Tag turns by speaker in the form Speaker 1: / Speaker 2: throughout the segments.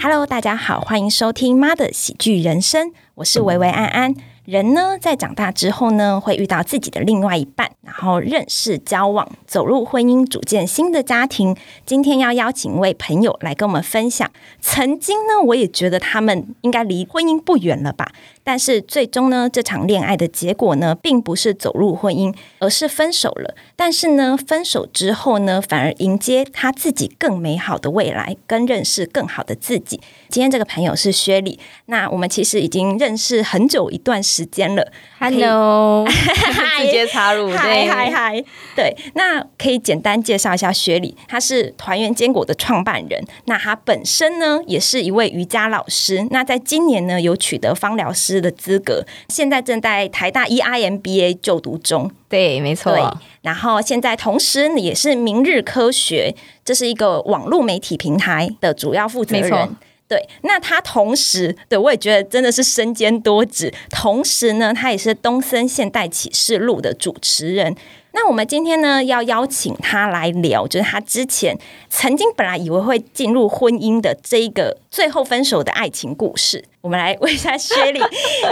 Speaker 1: Hello，大家好，欢迎收听《妈的喜剧人生》，我是维维安安。人呢，在长大之后呢，会遇到自己的另外一半，然后认识、交往、走入婚姻，组建新的家庭。今天要邀请一位朋友来跟我们分享，曾经呢，我也觉得他们应该离婚姻不远了吧，但是最终呢，这场恋爱的结果呢，并不是走入婚姻，而是分手了。但是呢，分手之后呢，反而迎接他自己更美好的未来，跟认识更好的自己。今天这个朋友是薛礼，那我们其实已经认识很久一段时间了。
Speaker 2: Hello，
Speaker 1: 嗨
Speaker 2: 直接插入，
Speaker 1: 嗨
Speaker 2: 对
Speaker 1: 嗨嗨！对，那可以简单介绍一下薛礼，他是团圆坚果的创办人。那他本身呢，也是一位瑜伽老师。那在今年呢，有取得芳疗师的资格，现在正在台大 E EIMBA 就读中。
Speaker 2: 对，没错，
Speaker 1: 对，然后现在同时也是《明日科学》，这是一个网络媒体平台的主要负责
Speaker 2: 没
Speaker 1: 人
Speaker 2: 错。
Speaker 1: 对，那他同时，对我也觉得真的是身兼多职。同时呢，他也是东森现代启示录的主持人。那我们今天呢，要邀请他来聊，就是他之前曾经本来以为会进入婚姻的这一个最后分手的爱情故事。我们来问一下薛 礼，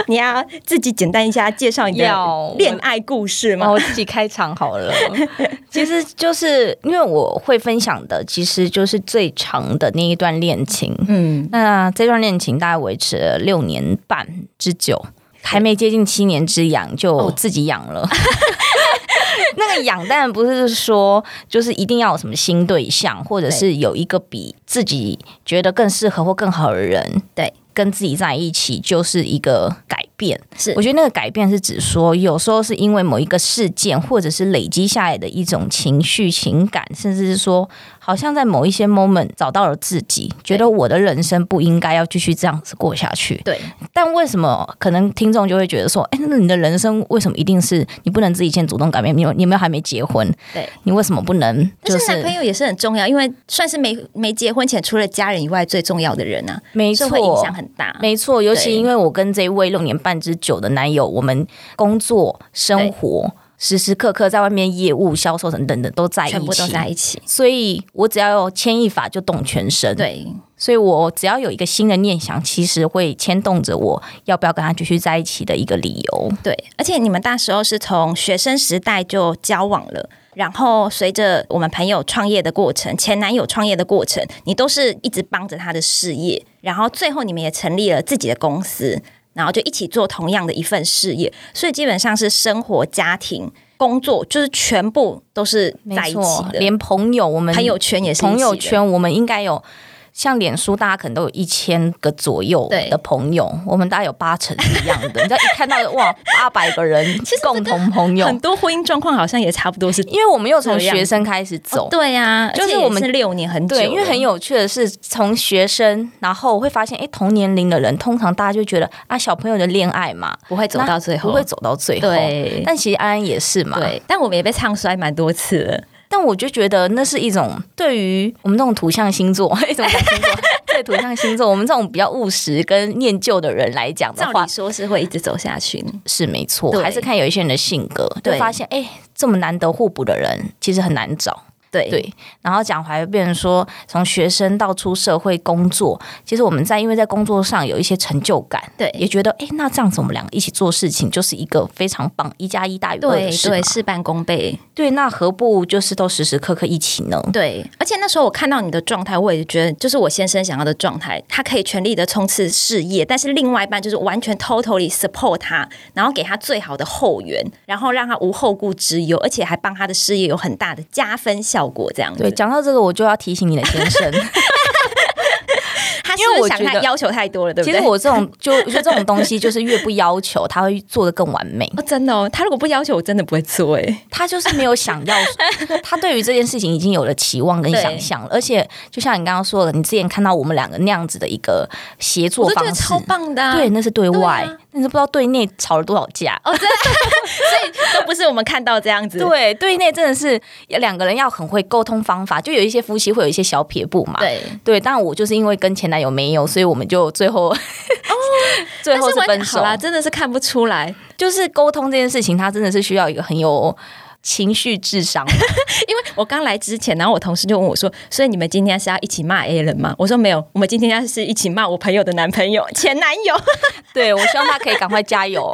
Speaker 1: 你要自己简单一下介绍你
Speaker 2: 要
Speaker 1: 的恋爱故事吗
Speaker 2: 哦，？我自己开场 好了。其实就是因为我会分享的，其实就是最长的那一段恋情。
Speaker 1: 嗯，
Speaker 2: 那这段恋情大概维持了六年半之久，还没接近七年之痒
Speaker 1: 哦
Speaker 2: 就自己痒了。 那个痒，当然不是说就是一定要有什么新对象，或者是有一个比自己觉得更适合或更好的人，
Speaker 1: 对，
Speaker 2: 跟自己在一起就是一个改变。
Speaker 1: 是
Speaker 2: 我觉得那个改变是指说，有时候是因为某一个事件，或者是累积下来的一种情绪、情感，甚至是说，好像在某一些 moment 找到了自己，觉得我的人生不应该要继续这样子过下去。
Speaker 1: 对，
Speaker 2: 但为什么可能听众就会觉得说，哎，那你的人生为什么一定是你不能自己先主动改变？你有你有没有还没结婚？
Speaker 1: 对，
Speaker 2: 你为什么不能？就
Speaker 1: 但是男朋
Speaker 2: 是
Speaker 1: 友也是很重要，因为算是没没结婚前除了家人以外最重要的人啊，
Speaker 2: 没
Speaker 1: 这
Speaker 2: 错，
Speaker 1: 会影响很大。
Speaker 2: 没错，尤其
Speaker 1: 对
Speaker 2: 因为我跟这一位六年半之久的男友，我们工作、生活时时刻刻在外面业务、销售等等的都在一起，
Speaker 1: 全部都在一起，
Speaker 2: 所以我只要有牵一发就动全身。，
Speaker 1: 对，
Speaker 2: 所以我只要有一个新的念想，其实会牵动着我要不要跟他继续在一起的一个理由。
Speaker 1: 对，而且你们那时候是从学生时代就交往了，然后随着我们朋友创业的过程，前男友创业的过程，你都是一直帮着他的事业，然后最后你们也成立了自己的公司，然后就一起做同样的一份事业，所以基本上是生活、家庭、工作，就是全部都是在一起的。
Speaker 2: 连朋友我们
Speaker 1: 朋友圈也是一起的
Speaker 2: 朋友圈，我们应该有。像脸书，大家可能都有一千个左右
Speaker 1: 对
Speaker 2: 的朋友，我们大概有八成是一样的。你知道，一看到哇，八百个 人共同朋友，
Speaker 1: 很多婚姻状况好像也差不多是
Speaker 2: 因为我们又从
Speaker 1: 这样
Speaker 2: 学生开始走，
Speaker 1: 对呀、啊，
Speaker 2: 就是
Speaker 1: 而且也
Speaker 2: 我们
Speaker 1: 是六年很久了，
Speaker 2: 哦对，因为很有趣的是，从学生，然后会发现，哎，同年龄的人，通常大家就觉得啊，小朋友的恋爱嘛，
Speaker 1: 不会走到最后，
Speaker 2: 不会走到最后。
Speaker 1: 对
Speaker 2: 但其实安安也是嘛。
Speaker 1: 对，但我们也被唱衰蛮多次了。
Speaker 2: 但我就觉得那是一种对于我们这种土象星座， 哎一种土象 星座，对土象星座，我们这种比较务实跟念旧的人来讲的
Speaker 1: 照
Speaker 2: 话
Speaker 1: 理，说是会一直走下去呢，
Speaker 2: 是没错，
Speaker 1: 对
Speaker 2: 还是看有一些人的性格，就
Speaker 1: 对
Speaker 2: 发现哎，诶这么难得互补的人，其实很难找。
Speaker 1: 对
Speaker 2: 对，然后讲回来，变成说从学生到出社会工作，其实我们在因为在工作上有一些成就感，
Speaker 1: 对
Speaker 2: 也觉得哎，诶那这样子我们两个一起做事情，就是一个非常棒，一加一大于二的事嘛
Speaker 1: 对，事半功倍，
Speaker 2: 对，那何不就是都时时刻刻一起呢？
Speaker 1: 对。而且那时候我看到你的状态，我也觉得就是我先生想要的状态，他可以全力的冲刺事业，但是另外一半就是完全 totally support 他，然后给他最好的后援，然后让他无后顾之忧，而且还帮他的事业有很大的加分效果，这样子
Speaker 2: 对，。讲到这个，我就要提醒你的先 生，
Speaker 1: 他是
Speaker 2: 因为
Speaker 1: 不
Speaker 2: 我
Speaker 1: 是想
Speaker 2: 觉
Speaker 1: 太
Speaker 2: 得
Speaker 1: 要求太多了，对不
Speaker 2: 其
Speaker 1: 对？
Speaker 2: 实我这种就我觉得这种东西，就是越不要求，他会做的更完美。
Speaker 1: 哦，真的哦，他如果不要求，我真的不会做哎、
Speaker 2: 他就是没有想 要，他对于这件事情已经有了期望跟想象了，而且就像你刚刚说的，你之前看到我们两个那样子的一个协作
Speaker 1: 我都觉
Speaker 2: 方
Speaker 1: 得
Speaker 2: 式
Speaker 1: 超，棒的、啊，
Speaker 2: 对，那是对哦外，
Speaker 1: 对啊
Speaker 2: 但是不知道对内吵了多少架。
Speaker 1: 都不是我们看到这样子，
Speaker 2: 对，对内真的是两个人要很会沟通方法，就有一些夫妻会有一些小撇步嘛。
Speaker 1: 对。
Speaker 2: 对，但我就是因为跟前男友没有，所以我们就最后， 最
Speaker 1: 但
Speaker 2: 后
Speaker 1: 是
Speaker 2: 哦是
Speaker 1: 我
Speaker 2: 分手
Speaker 1: 好。啦，真的是看不出来，
Speaker 2: 就是沟通这件事情，它真的是需要一个很有情绪智 商嘛，
Speaker 1: 因为我刚来之前，然后我同事就问我说：“所以你们今天是要一起骂 A 人吗？”我说：“没有，我们今天要是一起骂我朋友的男朋友、前男友。
Speaker 2: 对我希望他可以赶快加油。”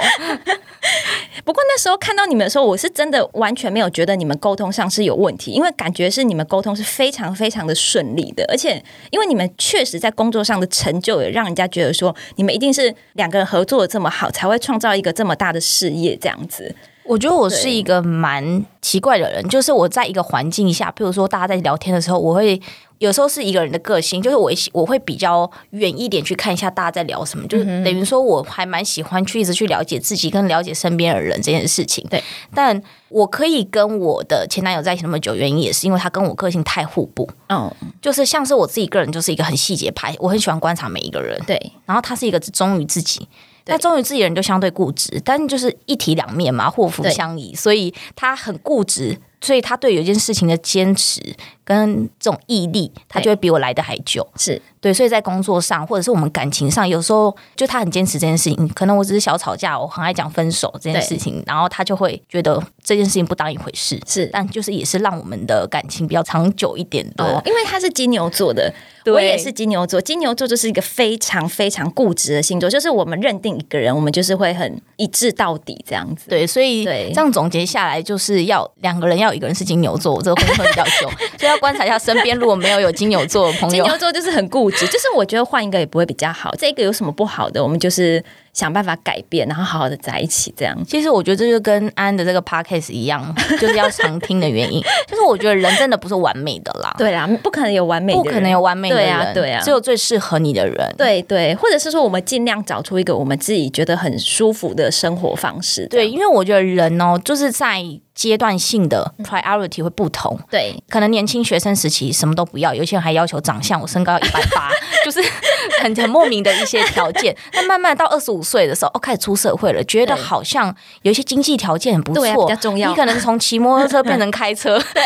Speaker 1: 不过那时候看到你们的时候，我是真的完全没有觉得你们沟通上是有问题，因为感觉是你们沟通是非常非常的顺利的，而且因为你们确实在工作上的成就，也让人家觉得说你们一定是两个人合作的这么好，才会创造一个这么大的事业这样子。
Speaker 2: 我觉得我是一个蛮奇怪的人，就是我在一个环境下，譬如说大家在聊天的时候，我会有时候是一个人的个性，就是我喜我会比较远一点去看一下大家在聊什么，就是等于说我还蛮喜欢去一直去了解自己跟了解身边的人这件事情。
Speaker 1: 对，
Speaker 2: 但我可以跟我的前男友在一起那么久，原因也是因为他跟我个性太互补，
Speaker 1: 嗯，
Speaker 2: 就是像是我自己个人就是一个很细节派，我很喜欢观察每一个人，
Speaker 1: 对，
Speaker 2: 然后他是一个只忠于自己。那忠于自己的人就相对固执，但就是一体两面嘛，祸福相依，所以他很固执，所以他对有一件事情的坚持跟这种毅力，他就会比我来的还久。
Speaker 1: 是
Speaker 2: 对，所以在工作上或者是我们感情上，有时候就他很坚持这件事情，可能我只是小吵架，我很爱讲分手这件事情，然后他就会觉得这件事情不当一回事，
Speaker 1: 是
Speaker 2: 但就是也是让我们的感情比较长久一点的。
Speaker 1: 哦，因为他是金牛座的，
Speaker 2: 对
Speaker 1: 我也是金牛座。金牛座就是一个非常非常固执的星座，就是我们认定一个人，我们就是会很一致到底这样子。
Speaker 2: 对，所以
Speaker 1: 对
Speaker 2: 这样总结下来，就是要两个人要有一个人是金牛座，我这个婚会比较 久，所以要观察一下身边如果没有有金牛座的朋
Speaker 1: 金
Speaker 2: 友。
Speaker 1: 牛座就是很固执，就是我觉得换一个也不会比较好，这个有什么不好的？我们就是想办法改变，然后好好的在一起这样。
Speaker 2: 其实我觉得这就跟安的这个 podcast 一样， 就是要常听的原因， 就是我觉得人真的不是完美的啦，
Speaker 1: 对啦，不可能有完美的
Speaker 2: 不
Speaker 1: 人，
Speaker 2: 可能有完美的人，
Speaker 1: 对啊对啊
Speaker 2: 只有最适合你的人。
Speaker 1: 对对，或者是说我们尽量找出一个我们自己觉得很舒服的生活方式这
Speaker 2: 对，啊
Speaker 1: 样。
Speaker 2: 因为我觉得人哦，就是在阶段性的 priority 会不同，
Speaker 1: 对
Speaker 2: 可能年轻学生时期什么都不要，有些人还要求长相，我身高一百八， 就是很很莫名的一些条件。但慢慢到二十五岁的时候，哦，开始出社会了，觉得
Speaker 1: 对
Speaker 2: 好像有一些经济条件很不
Speaker 1: 对啊
Speaker 2: 错，
Speaker 1: 比较重要
Speaker 2: 你可能从骑摩托车变成 开车，对，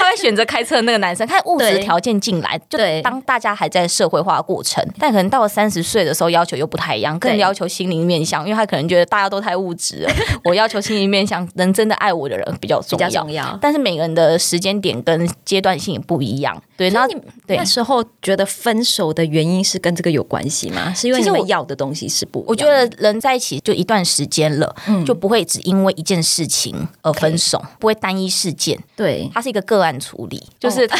Speaker 2: 他会选择开车的那个男生，看物质
Speaker 1: 对
Speaker 2: 条件进来，就
Speaker 1: 对
Speaker 2: 当大家还在社会化的过程，但可能到了三十岁的时候，要求又不太一样，更
Speaker 1: 对
Speaker 2: 要求心灵面向，因为他可能觉得大家都太物质了，我要求心灵面向，能真的爱我的人比较
Speaker 1: 比
Speaker 2: 重
Speaker 1: 较
Speaker 2: 要
Speaker 1: 重。要。
Speaker 2: 但是每个人的时间点跟阶段性也不一样，对，然后
Speaker 1: 所以你
Speaker 2: 对
Speaker 1: 那。时候觉得分手的原因是跟这个有关系吗？是因为
Speaker 2: 其
Speaker 1: 你
Speaker 2: 实
Speaker 1: 们
Speaker 2: 我
Speaker 1: 要的东西是不一样的？
Speaker 2: 我觉得人在一起就一段时间了，
Speaker 1: 嗯
Speaker 2: 就不会只因为一件事情而分手不会单一事件，
Speaker 1: 对
Speaker 2: 它是一个个案处理，
Speaker 1: 哦
Speaker 2: 就是 他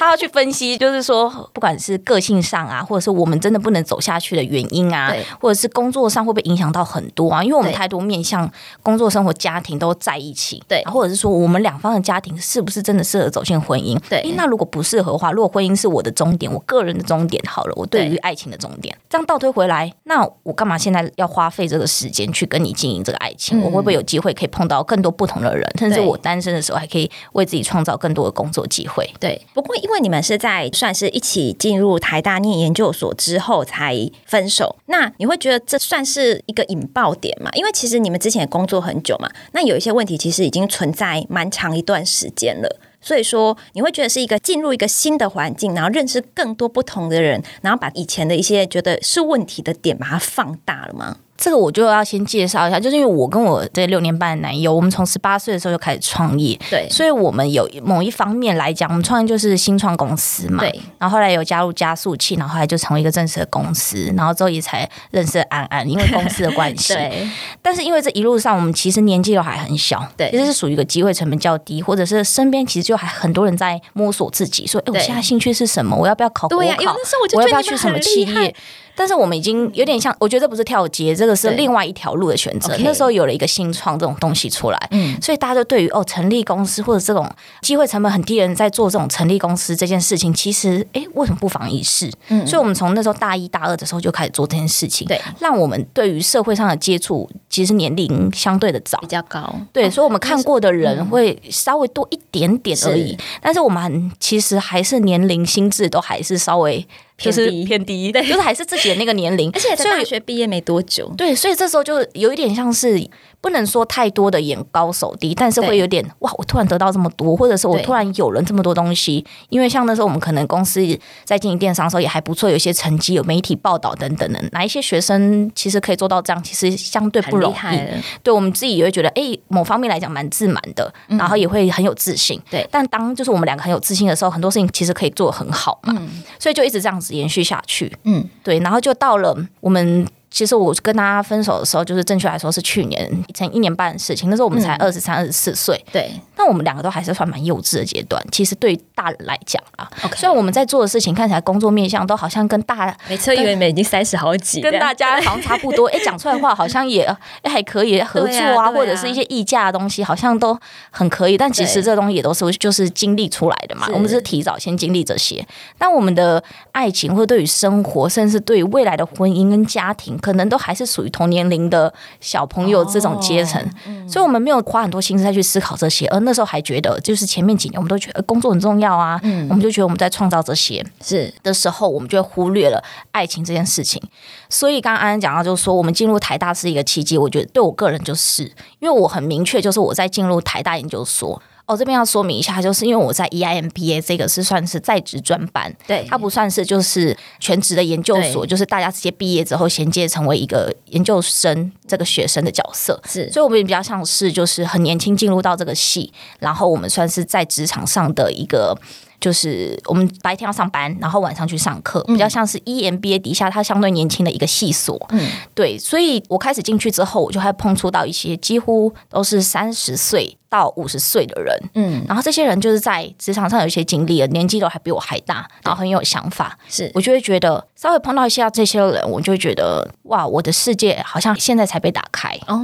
Speaker 2: 他要去分析，就是说不管是个性上啊，或者是我们真的不能走下去的原因啊
Speaker 1: 对，
Speaker 2: 或者是工作上会不会影响到很多啊，因为我们
Speaker 1: 对
Speaker 2: 太多面向工作、生活、家庭都在一起，啊
Speaker 1: 对
Speaker 2: 或者是说我们两方的家庭是不是真的适合走进婚姻？
Speaker 1: 对
Speaker 2: 诶那如果不适合的话，如果婚姻是我的终点，我个人的终点好了，我对
Speaker 1: 对
Speaker 2: 于爱情的终点，这样倒推回来，那我干嘛现在要花费这个时间去跟你经营这个爱情？
Speaker 1: 嗯
Speaker 2: 我会不会有机会可以碰到更多不同的人，甚至
Speaker 1: 对
Speaker 2: 我单身的时候还可以为自己创造更多的工作机会？
Speaker 1: 对，不过因为你们是在算是一起进入台大念研究所之后才分手，那你会觉得这算是一个引爆点嘛？因为其实你们之前也工作很久嘛，那有一些问题其实已经存在蛮长一段时间了。所以说，你会觉得是一个进入一个新的环境，然后认识更多不同的人，然后把以前的一些觉得是问题的点，把它放大了吗？
Speaker 2: 这个我就要先介绍一下，就是因为我跟我这六年半的男友，我们从十八岁的时候就开始创业，
Speaker 1: 对
Speaker 2: 所以我们有某一方面来讲，我们创业就是新创公司嘛，
Speaker 1: 对。
Speaker 2: 然后后来有加入加速器，然后后来就成为一个正式的公司，然后之后也才认识了安安，因为公司的关系。
Speaker 1: 对
Speaker 2: 但是因为这一路上我们其实年纪都还很小，
Speaker 1: 对
Speaker 2: 其实是属于一个机会成本较低，或者是身边其实就还很多人在摸索自己，说，哎，我
Speaker 1: 对
Speaker 2: 现在兴趣是什么？我要不要考国
Speaker 1: 对呀、因为
Speaker 2: 考？
Speaker 1: 那时候我就
Speaker 2: 我
Speaker 1: 觉
Speaker 2: 要
Speaker 1: 得
Speaker 2: 不要
Speaker 1: 你
Speaker 2: 去
Speaker 1: 们
Speaker 2: 什么
Speaker 1: 很
Speaker 2: 企
Speaker 1: 厉害
Speaker 2: 业，？但是我们已经有点像，我觉得这不是跳街，这个是
Speaker 1: 对
Speaker 2: 另外一条路的选择
Speaker 1: OK。
Speaker 2: 那时候有了一个新创这种东西出来，
Speaker 1: 嗯
Speaker 2: 所以大家就对于哦成立公司或者这种机会成本很低的人在做这种成立公司这件事情，其实哎为什么不妨一试？
Speaker 1: 嗯
Speaker 2: 所以我们从那时候大一大二的时候就开始做这件事情，
Speaker 1: 对，
Speaker 2: 让我们对于社会上的接触其实年龄相对的早
Speaker 1: 比。较高，
Speaker 2: 对，所以我们看过的人
Speaker 1: 嗯
Speaker 2: 会稍微多一点点而已，但是我们很其实还是年龄、心智都还是稍微就是
Speaker 1: 偏低
Speaker 2: 偏低， 就是还是自己的那个年龄，
Speaker 1: 而且才
Speaker 2: 所
Speaker 1: 大
Speaker 2: 以
Speaker 1: 学毕业没多久，
Speaker 2: 对，所以这时候就有一点像是不能说太多的眼高手低，但是会有点哇，我突然得到这么多，或者是我
Speaker 1: 对
Speaker 2: 突然有了这么多东西。因为像那时候我们可能公司在经营电商的时候也还不错，有一些成绩，有媒体报道等等的，哪一些学生其实可以做到这样，其实相对不
Speaker 1: 很厉
Speaker 2: 容
Speaker 1: 害
Speaker 2: 易。
Speaker 1: 了，
Speaker 2: 对我们自己也会觉得，哎、某方面来讲蛮自满的，然后也会很有自信。
Speaker 1: 嗯对
Speaker 2: 但当就是我们两个很有自信的时候，很多事情其实可以做得很好嘛，所以就一直这样子延续下去。
Speaker 1: 嗯，
Speaker 2: 对，然后就到了我们。其实我跟他分手的时候，就是正确来说是去年前一年半的事情，那时候我们才二十三、二十四岁，
Speaker 1: 对
Speaker 2: 那我们两个都还是算蛮幼稚的阶段。其实对于大人来讲啊，
Speaker 1: ，OK，
Speaker 2: 虽然我们在做的事情看起来工作面向都好像跟大
Speaker 1: 没错，因为你们已经三十好几了，
Speaker 2: 跟大家好像差不多，哎、讲出来的话好像也、哎还可以合作
Speaker 1: 对啊
Speaker 2: 啊，
Speaker 1: 对啊
Speaker 2: 或者是一些议价的东西，好像都很可以。但其实
Speaker 1: 对
Speaker 2: 这东西也都是就是经历出来的嘛，
Speaker 1: 是
Speaker 2: 我们只是提早先经历这些。但我们的爱情或者对于生活，甚至对于未来的婚姻跟家庭，可能都还是属于同年龄的小朋友这种阶
Speaker 1: 哦
Speaker 2: 层，
Speaker 1: 嗯
Speaker 2: 所以我们没有花很多心思再去思考这些。而那时候还觉得，就是前面几年我们都觉得呃工作很重要啊，我们就觉得我们在创造这些。
Speaker 1: 嗯是
Speaker 2: 的时候，我们就会忽略了爱情这件事情。所以刚刚安安讲到，就是说我们进入台大是一个契机，我觉得对我个人就是，因为我很明确，就是我在进入台大研究所。哦，这边要说明一下，就是因为我在 E EIMBA 这个是算是在职专班，
Speaker 1: 对
Speaker 2: 它不算是就是全职的研究所，就是大家直接毕业之后衔接成为一个研究生这个学生的角色。
Speaker 1: 是
Speaker 2: 所以我们也比较像是就是很年轻进入到这个系，然后我们算是在职场上的一个。就是我们白天要上班，然后晚上去上课，比较像是 E EMBA 底下它相对年轻的一个系所，
Speaker 1: 嗯
Speaker 2: 对，所以我开始进去之后，我就还碰触到一些几乎都是三十岁到五十岁的人，
Speaker 1: 嗯
Speaker 2: 然后这些人就是在职场上有一些经历了，年纪都还比我还大，然后很有想法，
Speaker 1: 是
Speaker 2: 我就会觉得稍微碰到一下这些人，我就会觉得哇，我的世界好像现在才被打开，
Speaker 1: 哦，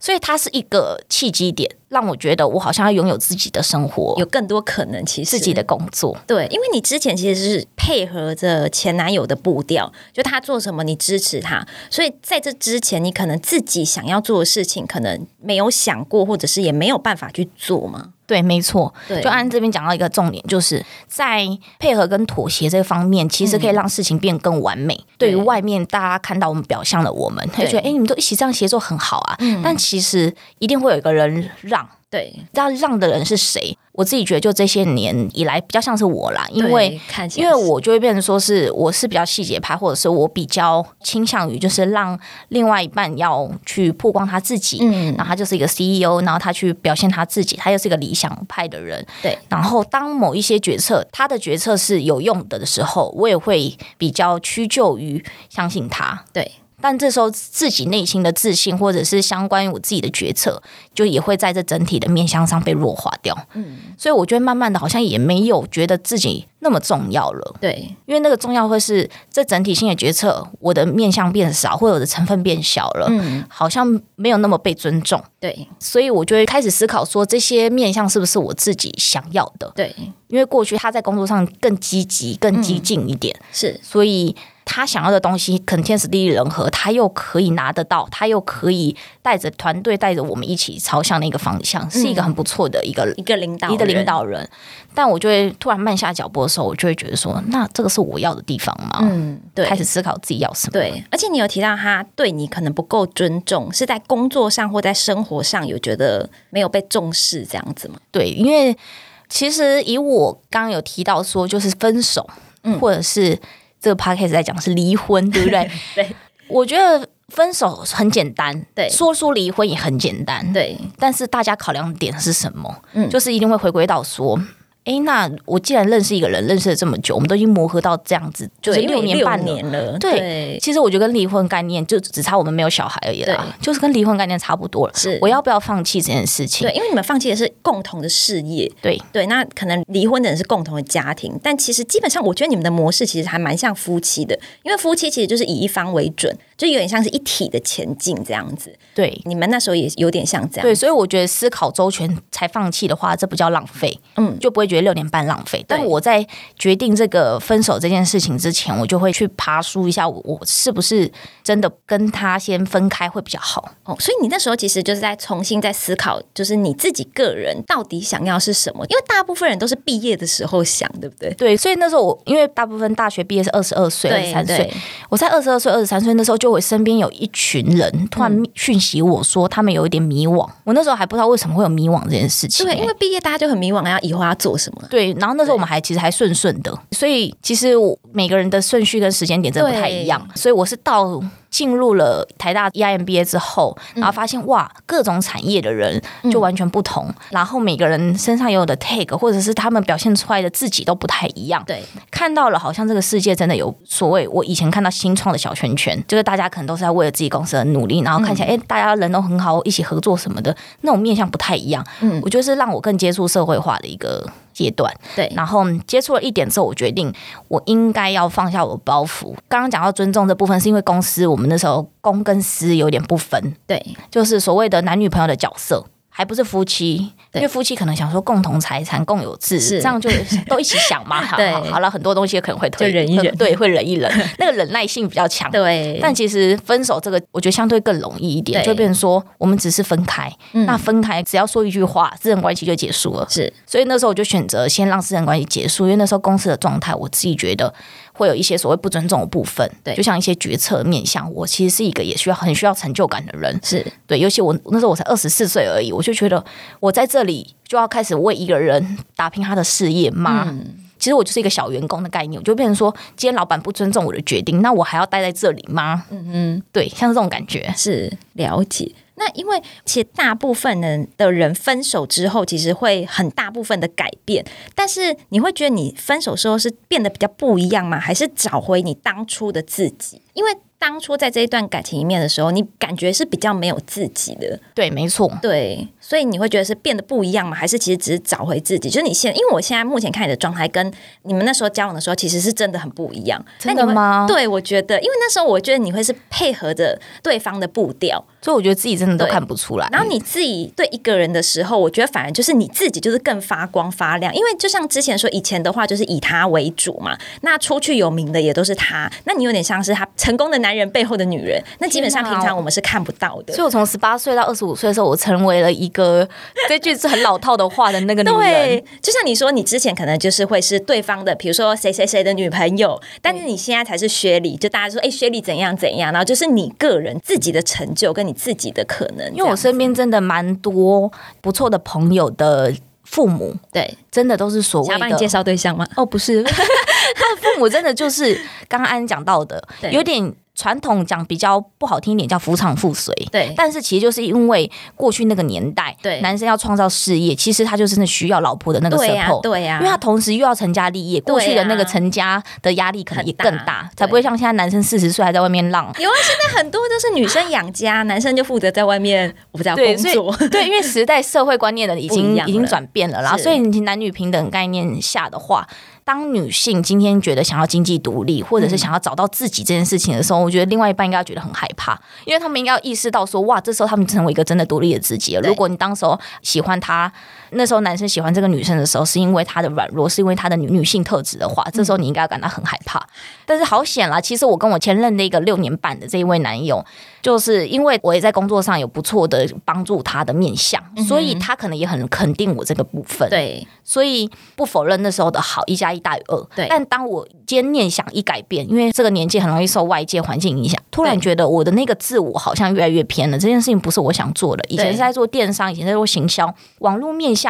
Speaker 2: 所以它是一个契机点，让我觉得我好像要拥有自己的生活，
Speaker 1: 有更多可能，其实
Speaker 2: 自己的工作。
Speaker 1: 对，因为你之前其实是配合着前男友的步调，就他做什么你支持他，所以在这之前你可能自己想要做的事情，可能没有想过，或者是也没有办法去做嘛。
Speaker 2: 对，没错。
Speaker 1: 对
Speaker 2: 就按这边讲到一个重点，就是在配合跟妥协这方面，其实可以让事情变更完美。对于外面大家看到我们表象的我们，会觉得哎、诶你们都一起这样协作很好啊。但其实一定会有一个人让，
Speaker 1: 对，
Speaker 2: 要让的人是谁？我自己觉得，就这些年以来，比较像是我啦，因为
Speaker 1: 对看起
Speaker 2: 因
Speaker 1: 来
Speaker 2: 为
Speaker 1: 是
Speaker 2: 我就会变成说是我是比较细节派，或者是我比较倾向于就是让另外一半要去曝光他自己，
Speaker 1: 嗯
Speaker 2: 然后他就是一个 CEO，然后他去表现他自己，他又是一个理想派的人，
Speaker 1: 对
Speaker 2: 然后当某一些决策他的决策是有用的的时候，我也会比较屈就于相信他。
Speaker 1: 对
Speaker 2: 但这时候自己内心的自信，或者是相关于我自己的决策，就也会在这整体的面向上被弱化掉。嗯，所以我觉得慢慢的，好像也没有觉得自己那么重要了，
Speaker 1: 对
Speaker 2: 因为那个重要会是这整体性的决策，我的面向变少，或者我的成分变小了，嗯，好像没有那么被尊重，
Speaker 1: 对
Speaker 2: 所以我就会开始思考说，这些面向是不是我自己想要的？
Speaker 1: 对，
Speaker 2: 因为过去他在工作上更积极、更激进一点，
Speaker 1: 是
Speaker 2: 所以他想要的东西，肯天时地利人和，他又可以拿得到，他又可以带着团队，带着我们一起朝向那个方向，是一个很不错的一个。
Speaker 1: 一个领导，
Speaker 2: 一个领，导人，但我就会突然慢下脚步的时候，我就会觉得说，那这个是我要的地方吗？
Speaker 1: 嗯，对
Speaker 2: 开。始思考自己要什么。，
Speaker 1: 对，而且你有提到他对你可能不够尊重，是在工作上或在生活上有觉得没有被重视这样子吗？
Speaker 2: 对，因为其实以我刚刚有提到说，就是分手，
Speaker 1: 嗯
Speaker 2: 或者是这个 p a c a s t 在讲是离婚，对不对？
Speaker 1: 对
Speaker 2: 我觉得分手很简单，
Speaker 1: 对
Speaker 2: 说出离婚也很简单，。
Speaker 1: 对
Speaker 2: 但是大家考量点是什么？
Speaker 1: 嗯
Speaker 2: 就是一定会回归到说。诶，那我既然认识一个人，认识了这么久，我们都已经磨合到这样子，就
Speaker 1: 对
Speaker 2: 是
Speaker 1: 因为
Speaker 2: 六年
Speaker 1: 六
Speaker 2: 半了
Speaker 1: 年了，
Speaker 2: 对其实我觉得跟离婚概念就只差我们没有小孩而已啦，就是跟离婚概念差不多了。
Speaker 1: 是
Speaker 2: 我要不要放弃这件事情
Speaker 1: 对，？因为你们放弃的是共同的事业，
Speaker 2: 对
Speaker 1: 对，那可能离婚的人是共同的家庭，但其实基本上，我觉得你们的模式其实还蛮像夫妻的，因为夫妻其实就是以一方为准，就有点像是一体的前进这样子。
Speaker 2: 对
Speaker 1: 你们那时候也有点像这样，
Speaker 2: 对，所以我觉得思考周全才放弃的话，这不叫浪费，
Speaker 1: 嗯
Speaker 2: 就不会觉得六年半浪费。但
Speaker 1: 对
Speaker 2: 我在决定这个分手这件事情之前，我就会去爬梳一下我，我是不是真的跟他先分开会比较好。
Speaker 1: 哦，所以你那时候其实就是在重新在思考，就是你自己个人到底想要是什么，因为大部分人都是毕业的时候想，对不对？
Speaker 2: 对，所以那时候我因为大部分大学毕业是二十二岁、二十三岁，我在二十二岁、二十三岁那时候就我身边有一群人突
Speaker 1: 嗯
Speaker 2: 然讯息我说他们有一点迷惘，我那时候还不知道为什么会有迷惘这件事情、欸
Speaker 1: 对，因为毕业大家就很迷惘，要以后要做什么啊。
Speaker 2: 对，然后那时候我们还其实还顺顺的，所以其实我每个人的顺序跟时间点真的不太一样，所以我是到进入了台大 E EIMBA 之后，然
Speaker 1: 嗯
Speaker 2: 后发现、哇，各种产业的人就完全不同，然后每个人身上有的 take 或者是他们表现出来的自己都不太一样，
Speaker 1: 对，
Speaker 2: 看到了好像这个世界真的有所谓我以前看到新创的小圈圈，就是大家可能都是在为了自己公司而努力，然后看起
Speaker 1: 嗯
Speaker 2: 来哎、诶大家人都很好，一起合作什么的，那种面向不太一样，
Speaker 1: 嗯
Speaker 2: 我觉得是让我更接触社会化的一个阶段。
Speaker 1: 对，
Speaker 2: 然后接触了一点之后，我决定我应该要放下我的包袱。刚刚讲到尊重这部分，是因为公司我们那时候公跟私有点不分，
Speaker 1: 对，
Speaker 2: 就是所谓的男女朋友的角色，还不是夫妻。
Speaker 1: 对
Speaker 2: 因为夫妻可能想说共同财产、共有制，
Speaker 1: 是
Speaker 2: 这样就都一起 想嘛。好
Speaker 1: 对
Speaker 2: 好好了，很多东西可能会推，
Speaker 1: 就忍一忍
Speaker 2: 会对，会忍一 忍，那个忍耐性比较强。
Speaker 1: 对，
Speaker 2: 但其实分手这个，我觉得相对更容易一点，
Speaker 1: 对
Speaker 2: 就变成说我们只是分开。
Speaker 1: 嗯
Speaker 2: 那分开只要说一句话，这人关系就结束了。
Speaker 1: 是
Speaker 2: 所以那时候我就选择先让私人关系结束，因为那时候公司的状态，我自己觉得会有一些所谓不尊重的部分。
Speaker 1: 对
Speaker 2: 就像一些决策面向，我其实是一个也需要很需要成就感的人。
Speaker 1: 是，
Speaker 2: 对，尤其我那时候我才二十四岁而已，我就觉得我在这里就要开始为一个人打拼他的事业吗？
Speaker 1: 嗯
Speaker 2: 其实我就是一个小员工的概念，我就变成说，今天老板不尊重我的决定，那我还要待在这里吗？嗯嗯，对，像是这种感觉，
Speaker 1: 是了解。那因为其实大部分人的人分手之后，其实会很大部分的改变，但是你会觉得你分手之后是变得比较不一样吗？还是找回你当初的自己？因为当初在这一段感情里面的时候，你感觉是比较没有自己的，
Speaker 2: 对，没错，
Speaker 1: 对，所以你会觉得是变得不一样吗？还是其实只是找回自己？就是你现，因为我现在目前看你的状态跟你们那时候交往的时候，其实是真的很不一样。
Speaker 2: 真
Speaker 1: 那你
Speaker 2: 的
Speaker 1: 会
Speaker 2: 吗
Speaker 1: 对，我觉得，因为那时候我觉得你会是配合着对方的步调，
Speaker 2: 所以我觉得自己真的都
Speaker 1: 对
Speaker 2: 看不出来。
Speaker 1: 然后你自己对一个人的时候，我觉得反而就是你自己就是更发光发亮，因为就像之前说，以前的话就是以他为主嘛，那出去有名的也都是他，那你有点像是他成功的男人背后的女人，那基本上
Speaker 2: 天
Speaker 1: 平
Speaker 2: 哪
Speaker 1: 常我们是看不到的
Speaker 2: 所以。我从十八岁到二十五岁的时候，我成为了一个这句是很老套的话的那个女人。
Speaker 1: 对，就像你说，你之前可能就是会是对方的，比如说谁谁谁的女朋友，但是你现在才是薛礼，就大家说哎、薛礼怎样怎样，然后就是你个人自己的成就跟你自己的可能，
Speaker 2: 因为我
Speaker 1: 这样
Speaker 2: 身边真的蛮多不错的朋友的父母，
Speaker 1: 对，
Speaker 2: 真的都是所
Speaker 1: 想
Speaker 2: 谓
Speaker 1: 要帮你介
Speaker 2: 的
Speaker 1: 绍对象吗？
Speaker 2: 哦，不是， 他的父母真的就是刚刚安讲到的，
Speaker 1: 对
Speaker 2: 有点传统讲比较不好听一点叫夫唱妇随。
Speaker 1: 对
Speaker 2: 但是其实就是因为过去那个年代，
Speaker 1: 对
Speaker 2: 男生要创造事业，其实他就真的需要老婆的那个
Speaker 1: 对啊呀、
Speaker 2: support，、
Speaker 1: 对呀、
Speaker 2: 因为他同时又要成家立业，过去
Speaker 1: 对
Speaker 2: 的
Speaker 1: 啊
Speaker 2: 那个成家的压力可能也更
Speaker 1: 很
Speaker 2: 大
Speaker 1: 大，
Speaker 2: 才不会像现在男生四十岁还在外面浪。
Speaker 1: 有啊，现在很多都是女生养家，男生就负责在外面，我不知道工
Speaker 2: 对，所
Speaker 1: 作。
Speaker 2: 以 对，因为时代社会观念 的已
Speaker 1: 不
Speaker 2: 经
Speaker 1: 一样
Speaker 2: 已
Speaker 1: 了
Speaker 2: 经转变了啦，
Speaker 1: 是
Speaker 2: 所以你男女平等概念下的话，当女性今天觉得想要经济独立，或者是想要找到自己这件事情的时候，我觉得另外一半应该要觉得很害怕，因为他们应该要意识到说，哇，这时候他们成为一个真的独立的自己了。
Speaker 1: 对
Speaker 2: 如果你当时候喜欢他，那时候男生喜欢这个女生的时候，是因为她的软弱，是因为她的女女性特质的话，这时候你应该要感到很害怕。但是好险啦，其实我跟我前任的一个六年半的这一位男友，就是因为我也在工作上有不错的帮助他的面相，所以他可能也很肯定我这个部分。，
Speaker 1: 对啊
Speaker 2: 所以不否认那时候的好，一加一大于二。
Speaker 1: 对
Speaker 2: 但当我今天念想一改变，因为这个年纪很容易受外界环境影响，突然
Speaker 1: 对
Speaker 2: 觉得我的那个自我好像越来越偏了。这件事情不是我想做的，以前
Speaker 1: 对
Speaker 2: 是在做电商，以前在做行销，网络面向。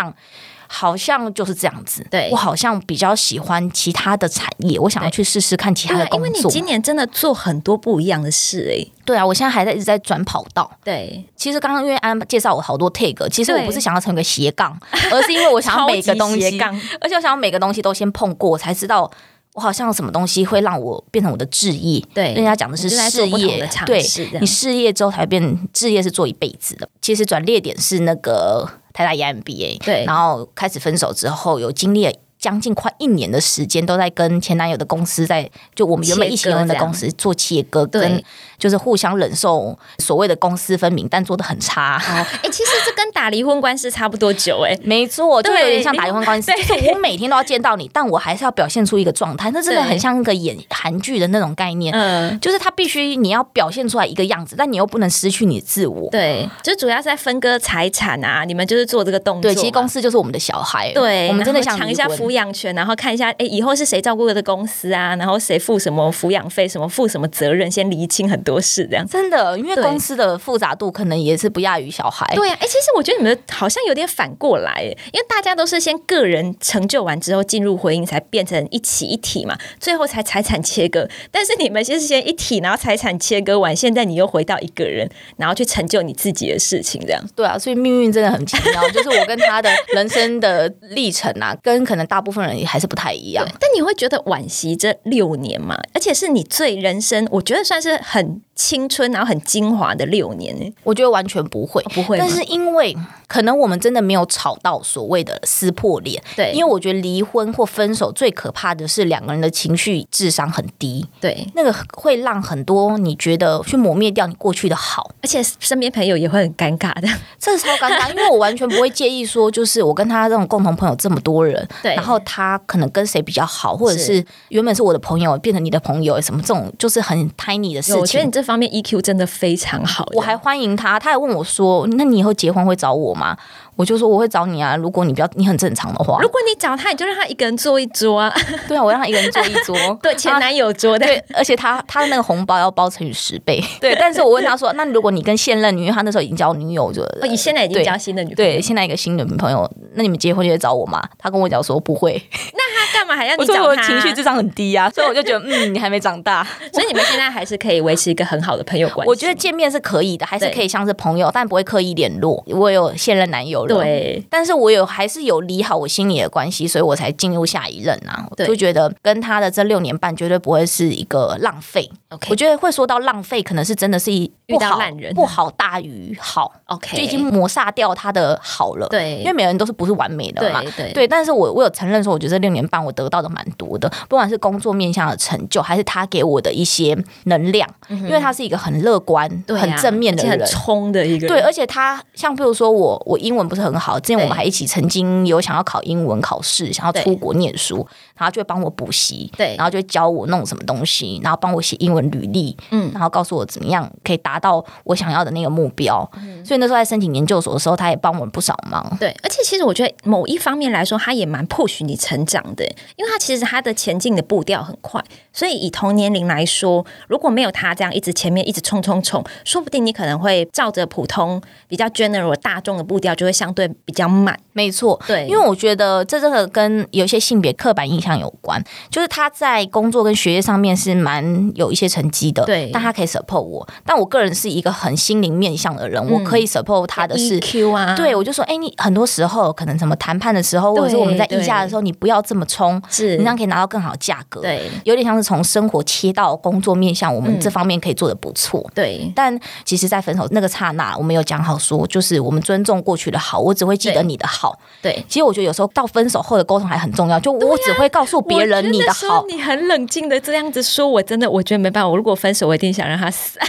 Speaker 2: 好像就是这样子，
Speaker 1: 对
Speaker 2: 我好像比较喜欢其他的产业，我想要
Speaker 1: 对
Speaker 2: 去试试看其
Speaker 1: 对
Speaker 2: 他的
Speaker 1: 啊，因
Speaker 2: 工
Speaker 1: 为你
Speaker 2: 作。
Speaker 1: 今年真的做很多不一样的事哎、
Speaker 2: 对啊，我现在还在一直在转跑道，
Speaker 1: 对，
Speaker 2: 其实刚刚因为安介绍我好多 tag，其实我
Speaker 1: 对
Speaker 2: 不是想要成为斜杠，而是因为我想要每个东
Speaker 1: 超级
Speaker 2: 西
Speaker 1: 斜 杠，
Speaker 2: 而且我想要每个东西都先碰过，我才知道我好像有什么东西会让我变成我的置业。
Speaker 1: 对
Speaker 2: 人家讲的是
Speaker 1: 你就在
Speaker 2: 事
Speaker 1: 做不同
Speaker 2: 业
Speaker 1: 的，尝
Speaker 2: 对
Speaker 1: 试这，样
Speaker 2: 你事业之后才变置业是做一辈子的。其实转捩点是那个台大 E EMBA，
Speaker 1: 对
Speaker 2: 然后开始分手之后，有经历了将近快一年的时间，都在跟前男友的公司在就我们原本一起拥有的公司做切割，
Speaker 1: 对
Speaker 2: 跟就是互相忍受所谓的公私分明，但做的很差。
Speaker 1: 哦，哎、其实这跟打离婚官司差不多久哎、
Speaker 2: 没错，就
Speaker 1: 对
Speaker 2: 有点像打离婚 官司，就
Speaker 1: 对
Speaker 2: 是我每天都要见到你，但我还是要表现出一个状态，那真的
Speaker 1: 对
Speaker 2: 很像一个演韩剧的那种概念，
Speaker 1: 嗯，
Speaker 2: 就是他必须你要表现出来一个样子，但你又不能失去你自我。
Speaker 1: 对，就主要是在分割财产啊，你们就是做这个动作嘛。
Speaker 2: 对，其实公司就是我们的小孩，
Speaker 1: 对，
Speaker 2: 我们真的
Speaker 1: 然
Speaker 2: 像
Speaker 1: 后尝一下
Speaker 2: 离婚
Speaker 1: 抚养权，然后看一下，哎，以后是谁照顾的公司啊，然后谁付什么抚养费，什么负什么责任，先厘清很多事这样。
Speaker 2: 真的，因为
Speaker 1: 对
Speaker 2: 公司的复杂度可能也是不亚于小孩。
Speaker 1: 对呀、啊，哎、其实我觉得你们好像有点反过来，诶因为大家都是先个人成就完之后进入婚姻，才变成一起一体嘛，最后才财产切割。但是你们先是先一体，然后财产切割完，现在你又回到一个人，然后去成就你自己的事情，这样。
Speaker 2: 对啊，所以命运真的很奇妙，就是我跟他的 人生的历程啊，跟可能大部分人还是不太一样
Speaker 1: 对。，但你会觉得惋惜这六年嘛？而且是你最人生，我觉得算是很青春，然后很精华的六年呢、
Speaker 2: 我觉得完全不会，
Speaker 1: 不会吗
Speaker 2: 但是因为可能我们真的没有吵到所谓的撕破脸，
Speaker 1: 对
Speaker 2: 因为我觉得离婚或分手最可怕的是两个人的情绪智商很低，
Speaker 1: 对，
Speaker 2: 那个会让很多你觉得去磨灭掉你过去的好，
Speaker 1: 而且身边朋友也会很尴尬的。
Speaker 2: 这超尴 尬，因为我完全不会介意说，就是我跟他这种共同朋友这么多人，
Speaker 1: 对
Speaker 2: 然后他可能跟谁比较好，或者是原本是我的朋友变成你的朋友，什么这种就是很 tiny 的事
Speaker 1: 有我觉得
Speaker 2: 情
Speaker 1: 你。这方面 EQ 真的非常好。
Speaker 2: 我还欢迎他，他还问我说：“那你以后结婚会找我吗？”我就说：“我会找你啊，如果你比较你很正常的话
Speaker 1: 如。果你找他，你就让他一个人坐一桌啊，”
Speaker 2: 对啊，我让他一个人坐一 桌。
Speaker 1: 对，前男友桌的。
Speaker 2: 啊对，而且他他的那个红包要包乘以十倍。对，但是我问他说：“ 那如果你跟现任女友，因为他那时候已经交女友，就
Speaker 1: 哦，你现在已经
Speaker 2: 对
Speaker 1: 交新的女朋友，
Speaker 2: 对，现在一个新的女朋友，那你们结婚就会找我吗？他跟我讲说不会，
Speaker 1: 那他干嘛还要
Speaker 2: 我
Speaker 1: 你
Speaker 2: 说
Speaker 1: 找
Speaker 2: 我
Speaker 1: 他？
Speaker 2: 情绪智商很低 啊，所以我就觉得嗯，你还没长大。
Speaker 1: 所以你们现在还是可以维持一个很好的朋友关系。
Speaker 2: 我觉得见面是可以的，还是
Speaker 1: 对
Speaker 2: 可以像是朋友，但不会刻意联络。我有现任男友了，，
Speaker 1: 对，
Speaker 2: 但是我有还是有理好我心里的关系，所以我才进入下一任啊。我
Speaker 1: 对
Speaker 2: 就觉得跟他的这六年半绝对不会是一个浪费。
Speaker 1: OK
Speaker 2: 我觉得会说到浪费，可能是真的是一
Speaker 1: 遇到
Speaker 2: 不好
Speaker 1: 烂人
Speaker 2: 不好大于好。
Speaker 1: OK，
Speaker 2: 就已经抹杀掉他的好了。
Speaker 1: 对
Speaker 2: 因为每个人都是不是完美的嘛。
Speaker 1: 对对
Speaker 2: 但是我我有承认说，我觉得这六年半我得到的蛮多的，不管是工作面向的成就，还是他给我的一些能量，因为他是一个很乐观、
Speaker 1: 嗯对啊
Speaker 2: 很正面的
Speaker 1: 而且
Speaker 2: 人
Speaker 1: 很。冲的一个人。
Speaker 2: 对，而且他像比如说我，我英文不是很好，之前
Speaker 1: 对
Speaker 2: 我们还一起曾经有想要考英文考试，想要
Speaker 1: 对
Speaker 2: 出国念书，然后他就会帮我补习，
Speaker 1: 对
Speaker 2: 然后就会教我弄什么东西，然后帮我写英文履历，
Speaker 1: 嗯
Speaker 2: 嗯，然后告诉我怎么样可以达到我想要的那个目标。所以那时候在申请研究所的时候，他也帮我不少忙。
Speaker 1: 对，而且其实我觉得某一方面来说，他也蛮 push 你成长的，因为他其实他的前进的步调很快，所以以同年龄来说，如果没有他这样一直前面一直冲冲冲，说不定你可能会照着普通比较 general 大众的步调，就会相对比较慢。
Speaker 2: 没错，
Speaker 1: 对
Speaker 2: 因为我觉得这真的跟有一些性别刻板印象有关，就是他在工作跟学业上面是蛮有一些成绩的，
Speaker 1: 对
Speaker 2: 但他可以 support 我，但我个人是一个很心灵面向的人，我
Speaker 1: 嗯
Speaker 2: 可以 support 他的是。
Speaker 1: EQ 啊，
Speaker 2: 对，我就说，哎、你很多时候可能什么谈判的时候，或者是我们在议价的时候，你不要这么冲，
Speaker 1: 是
Speaker 2: 你这样可以拿到更好的价格。，
Speaker 1: 对嗯
Speaker 2: 有点像是从生活切到工作面向，我们这方面可以做的不错。
Speaker 1: 对
Speaker 2: 但其实，在分手那个刹那，我们有讲好说，就是我们尊重过去的好，我只会记得
Speaker 1: 对
Speaker 2: 你的好。
Speaker 1: 对，
Speaker 2: 其实我觉得有时候到分手后的沟通还很重要，就我只会告诉别人你的好，
Speaker 1: 你很冷静的这样子说，我真的我觉得没办法，我如果分手，我一定想让他死。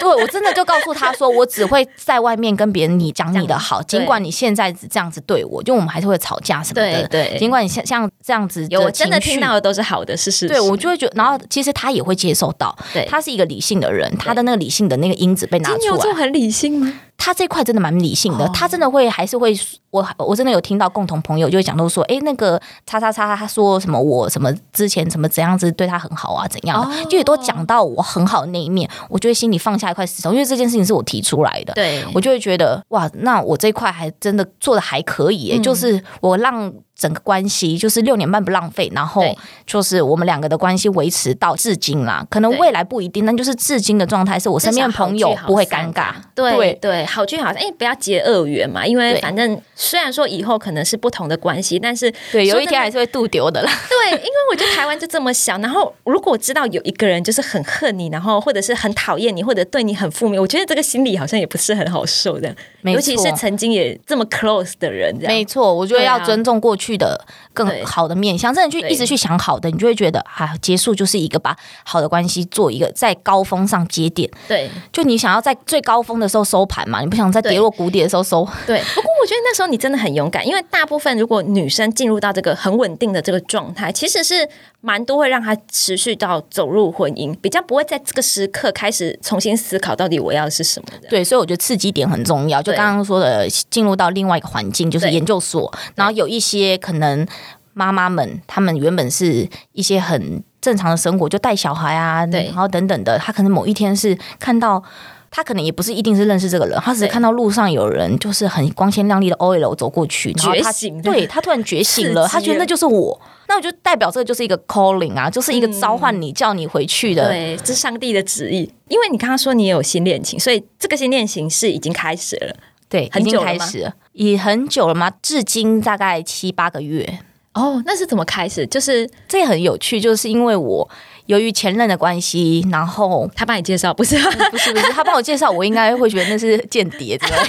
Speaker 2: 对我真的就告诉他说，我只会在外面跟别人你讲你的好，
Speaker 1: 对
Speaker 2: 尽管你现在只这样子对我，就我们还是会吵架什么的。
Speaker 1: 对对
Speaker 2: 尽管你像像这样子
Speaker 1: 有，我
Speaker 2: 情
Speaker 1: 真的
Speaker 2: 绪
Speaker 1: 听到。的都是好的，是事实。
Speaker 2: 对，我就会觉得，然后其实他也会接受到，
Speaker 1: 对
Speaker 2: 他是一个理性的人，他的那个理性的那个因子被拿出来。
Speaker 1: 很理性吗？
Speaker 2: 他这块真的蛮理性
Speaker 1: 哦
Speaker 2: 的，他真的会还是会，我我真的有听到共同朋友就会讲到说，诶，那个叉叉叉，他说什么我什么之前什么怎样子对他很好啊，怎样的，
Speaker 1: 哦
Speaker 2: 就也都讲到我很好的那一面，我就会心里放下一块石头，因为这件事情是我提出来的，
Speaker 1: 对，
Speaker 2: 我就会觉得哇，那我这一块还真的做的还可以、
Speaker 1: 嗯
Speaker 2: 欸，就是我让整个关系就是六年半不浪费，然后
Speaker 1: 对
Speaker 2: 就是我们两个的关系维持到至今啦，可能
Speaker 1: 对
Speaker 2: 未来不一定，但就是至今的状态是我身边的朋友不会尴尬，
Speaker 1: 对对好聚好散，哎，不要结恶缘嘛，因为
Speaker 2: 对
Speaker 1: 反正虽然说以后可能是不同的关系，但是
Speaker 2: 对，
Speaker 1: 说
Speaker 2: 有一
Speaker 1: 真
Speaker 2: 天
Speaker 1: 的
Speaker 2: 还是会渡 丢的啦。
Speaker 1: 对，因为我觉得台湾就这么小，然后如果知道有一个人就是很恨你，然后或者是很讨厌你，或者对你很负面，我觉得这个心理好像也不是很好受的，
Speaker 2: 没
Speaker 1: 尤其
Speaker 2: 错
Speaker 1: 是曾经也这么 close 的人，这
Speaker 2: 没
Speaker 1: 样
Speaker 2: 错，我觉得
Speaker 1: 对啊
Speaker 2: 要尊重过去的
Speaker 1: 对
Speaker 2: 更好的面向，真的去
Speaker 1: 对
Speaker 2: 一直去想好的，你就会觉得啊，结束就是一个把好的关系做一个在高峰上接点，
Speaker 1: 对
Speaker 2: 就你想要在最高峰的时候收盘嘛，你不想在跌落谷底的时候收。
Speaker 1: 对。不过我觉得那时候你真的很勇敢，因为大部分如果女生进入到这个很稳定的这个状态，其实是蛮多会让她持续到走入婚姻，比较不会在这个时刻开始重新思考到底我要的是什么的。
Speaker 2: 对，所以我觉得刺激点很重要。就
Speaker 1: 对
Speaker 2: 刚刚说的，进入到另外一个环境，就是
Speaker 1: 对
Speaker 2: 研究所，然后有一些可能。妈妈们，她们原本是一些很正常的生活，就带小孩啊，
Speaker 3: 对
Speaker 2: 然后等等的，她可能某一天是看到。她可能也不是一定是认识这个人，她只是
Speaker 3: 对
Speaker 2: 看到路上有人就是很光鲜亮丽的 OL 走过去，然后她
Speaker 3: 觉醒
Speaker 2: 对她突然觉醒
Speaker 3: 刺
Speaker 2: 了，
Speaker 3: 激
Speaker 2: 她觉得那
Speaker 3: 了
Speaker 2: 就是我，那我就代表这个就是一个 calling 啊，就是一个
Speaker 1: 嗯
Speaker 2: 召唤你、叫你回去的
Speaker 3: 对，这是上帝的旨意。
Speaker 1: 因为你刚刚说你也有新恋情，所以这个新恋情是已经开始了。
Speaker 2: 对，
Speaker 1: 很
Speaker 2: 已经
Speaker 1: 久了
Speaker 2: 开
Speaker 1: 吗
Speaker 2: 始了也很久了吗？至今大概七八个月。
Speaker 3: 哦，那是怎么开始？就是
Speaker 2: 这也很有趣，就是因为我由于前任的关系，然后
Speaker 3: 他帮你介绍，不是？
Speaker 2: 不是不是，他帮我介绍，我应该会觉得那是间谍之类的，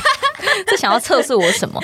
Speaker 2: 这想要测试我什么？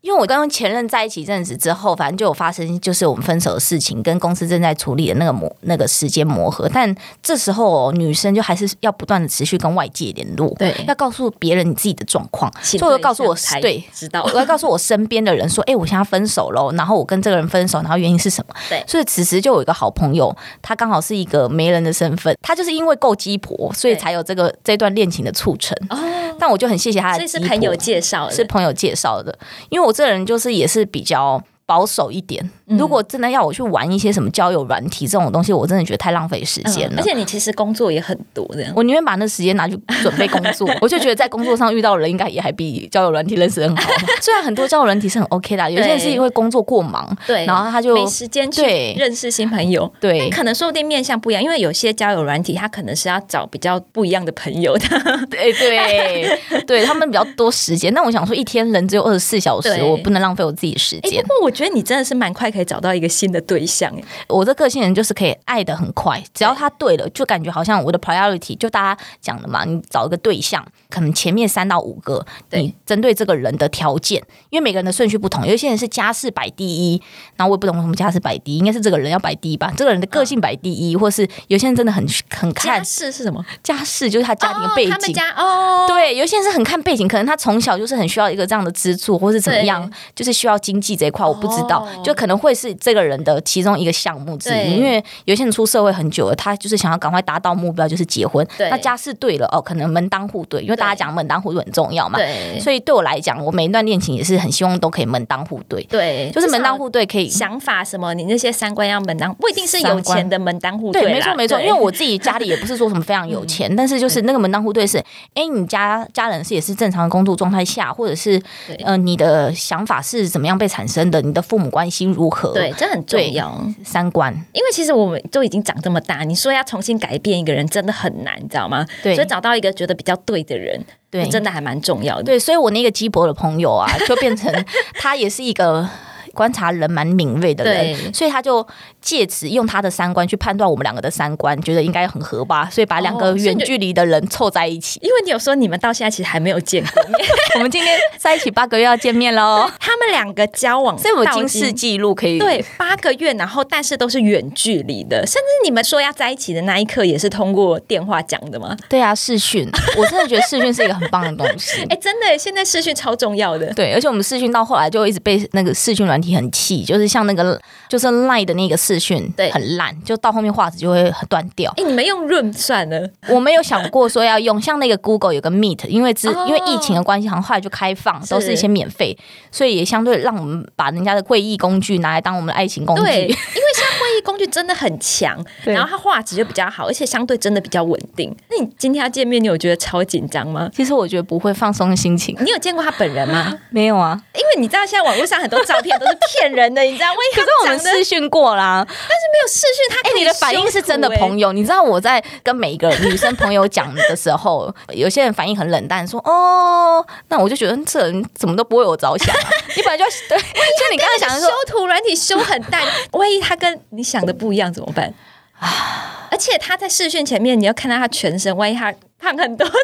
Speaker 2: 因为我刚跟前任在一起一阵子之后，反正就有发生就是我们分手的事情，跟公司正在处理的那个磨那个时间磨合，但这时候、哦、女生就还是要不断的持续跟外界联络，
Speaker 3: 对
Speaker 2: 要告诉别人你自己的状况，所
Speaker 3: 请
Speaker 2: 以我就
Speaker 3: 对
Speaker 2: 告诉我
Speaker 3: 象才
Speaker 2: 对
Speaker 3: 知道
Speaker 2: 我要告诉我身边的人说，哎、我现在分手喽，然后我跟这个人分手，然后原因是什么？
Speaker 3: 对
Speaker 2: 所以此时就有一个好朋友，他刚好是一个媒人的身份，他就是因为够鸡婆，所以
Speaker 3: 对
Speaker 2: 才有这个这段恋情的促成。
Speaker 3: 哦，
Speaker 2: 但我就很谢谢他的
Speaker 3: 所以是
Speaker 2: 鸡婆
Speaker 3: 朋友介绍的，
Speaker 2: 是朋友介绍的，因为我这个人就是也是比较。保守一点，
Speaker 3: 嗯
Speaker 2: 如果真的要我去玩一些什么交友软体这种东西，我真的觉得太浪费时间
Speaker 1: 嗯
Speaker 2: 了。
Speaker 3: 嗯而且你其实工作也很多，这样
Speaker 2: 我宁愿把那时间拿去准备工作，我就觉得在工作上遇到的人应该也还比交友软体认识的 人好。虽然很多交友软体是很 OK 的，有些人是因为工作过忙，
Speaker 3: 对
Speaker 2: 然后他就
Speaker 3: 没时间去
Speaker 2: 对
Speaker 3: 认识新朋友。
Speaker 2: 对
Speaker 1: 可能说不定面向不一样，因为有些交友软体，它可能是要找比较不一样的朋友 的。
Speaker 2: 对对对，他们比较多时间。那我想说，一天人只有二十四小时，
Speaker 3: 对
Speaker 2: 我不能浪费我自己时
Speaker 1: 哎、
Speaker 2: 间
Speaker 1: 不。过我觉得你真的是蛮快可以找到一个新的对象哎。
Speaker 2: 我这个性人就是可以爱的很快，只要他对了，就感觉好像我的 priority 就大家讲的嘛，你找一个对象，可能前面三到五个，
Speaker 3: 对
Speaker 2: 你针对这个人的条件，因为每个人的顺序不同，有一些人是家世摆第一，然后我也不懂为什么家世摆第一，应该是这个人要摆第一吧，这个人的个性摆第一，或是有些人真的很很看
Speaker 3: 家事是什
Speaker 1: 哦
Speaker 3: 么？
Speaker 2: 家世，就是他家庭的背
Speaker 3: 哦他们
Speaker 2: 景。
Speaker 3: 家哦，
Speaker 2: 对，有些人是很看背景，可能他从小就是很需要一个这样的支柱，或是怎么样，就是需要经济这一块，我不知道，
Speaker 3: 哦
Speaker 2: 就可能会是这个人的其中一个项目之
Speaker 3: 对
Speaker 2: 一。因为有些人出社会很久了，他就是想要赶快达到目标，就是结婚。
Speaker 3: 对
Speaker 2: 那家世对了哦，可能门当户对，因为大家讲门当户对很重要嘛。
Speaker 3: 对
Speaker 2: 所以对我来讲，我每一段恋情也是很希望都可以门当户对，
Speaker 3: 对，
Speaker 2: 就是门当
Speaker 3: 户
Speaker 2: 户对可以
Speaker 1: 想法什么，你那些三观要门当，不一定是有
Speaker 2: 三观
Speaker 1: 钱的门当户
Speaker 2: 对，
Speaker 1: 啦
Speaker 2: 没错没错，
Speaker 1: 对
Speaker 2: 因为我自己家里也不是说什么 非常
Speaker 3: 嗯
Speaker 2: 有钱，但是就是那个门当户对是，哎、你家家人是也是正常的工作状态下，或者是
Speaker 3: 对
Speaker 2: 呃你的想法是怎么样被产生的，你的父母关系如何，
Speaker 3: 对，，这很重
Speaker 2: 对
Speaker 3: 要，
Speaker 2: 三观，
Speaker 1: 因为其实我们都已经长这么大，你说要重新改变一个人真的很难，你知道吗？
Speaker 2: 对
Speaker 1: 所以找到一个觉得比较对的人，
Speaker 2: 对，
Speaker 1: 真的还蛮重要的。
Speaker 2: 对，所以我那个鸡婆的朋友啊，就变 成他也是一个。观察人蛮敏锐的
Speaker 3: 对
Speaker 2: 人，所以他就借此用他的三观去判断我们两个的三观，觉得应该很合吧，所以把两
Speaker 3: 哦
Speaker 2: 个
Speaker 3: 所以
Speaker 2: 远
Speaker 3: 就
Speaker 2: 距离的人凑在一起。
Speaker 1: 因为你有说你们到现在其实还没有见过面，
Speaker 2: 我们今天在一起八个月要见面喽，
Speaker 1: 他们两个交 往，
Speaker 2: 所以我今世纪录可以
Speaker 1: 对八个月，然后但是都是远距离的，甚至你们说要在一起的那一刻也是通过电话讲的吗？
Speaker 2: 对啊，视讯，我真的觉得视讯是一个很棒的东 西。
Speaker 1: 哎，真的，现在视讯超重要的。
Speaker 2: 对，而且我们视讯到后来就一直被那个视讯软体很气，就是像那个就是 Line 的那个视讯，
Speaker 3: 对
Speaker 2: 很烂，就到后面画质就会很断掉。
Speaker 1: 哎，你们用 Room 算了，
Speaker 2: 我没有想过说要用，像那个 Google 有个 Meet，因为之、
Speaker 3: 哦
Speaker 2: 因为疫情的关系，好像后来就开放，都是一些免费，所以也相对让我们把人家的会议工具拿来当我们的爱情工
Speaker 1: 对，因为
Speaker 2: 具。
Speaker 1: 现在会议工具真的很强，
Speaker 2: 对
Speaker 1: 然后它画质就比较好，而且相对真的比较稳定。那你今天要见面，你有觉得超紧张吗？
Speaker 2: 其实我觉得不会放松心情，
Speaker 1: 你有见过他本人 吗？
Speaker 2: 没有啊。
Speaker 1: 因为你知道现在网络上很多照片都是骗人的，你知道？万一
Speaker 2: 可
Speaker 1: 他
Speaker 2: 是我们
Speaker 1: 长得
Speaker 2: 视讯过啦，
Speaker 1: 没有视讯，他可
Speaker 2: 哎、
Speaker 1: 以欸
Speaker 2: 你的反应是真的朋
Speaker 1: 友。
Speaker 2: 友，你知道我在跟每一个女生朋友讲的时候， 有些人反应很冷淡，说哦，那我就觉得嗯这人怎么都不为我着 想、啊，你本来就要对，就你刚才
Speaker 1: 想
Speaker 2: 讲的
Speaker 1: 修
Speaker 2: 说，
Speaker 1: 图软体修很 淡，万一他跟你想的不一样怎么办？而且他在视讯前面，你要看到他全身，万一他胖很多的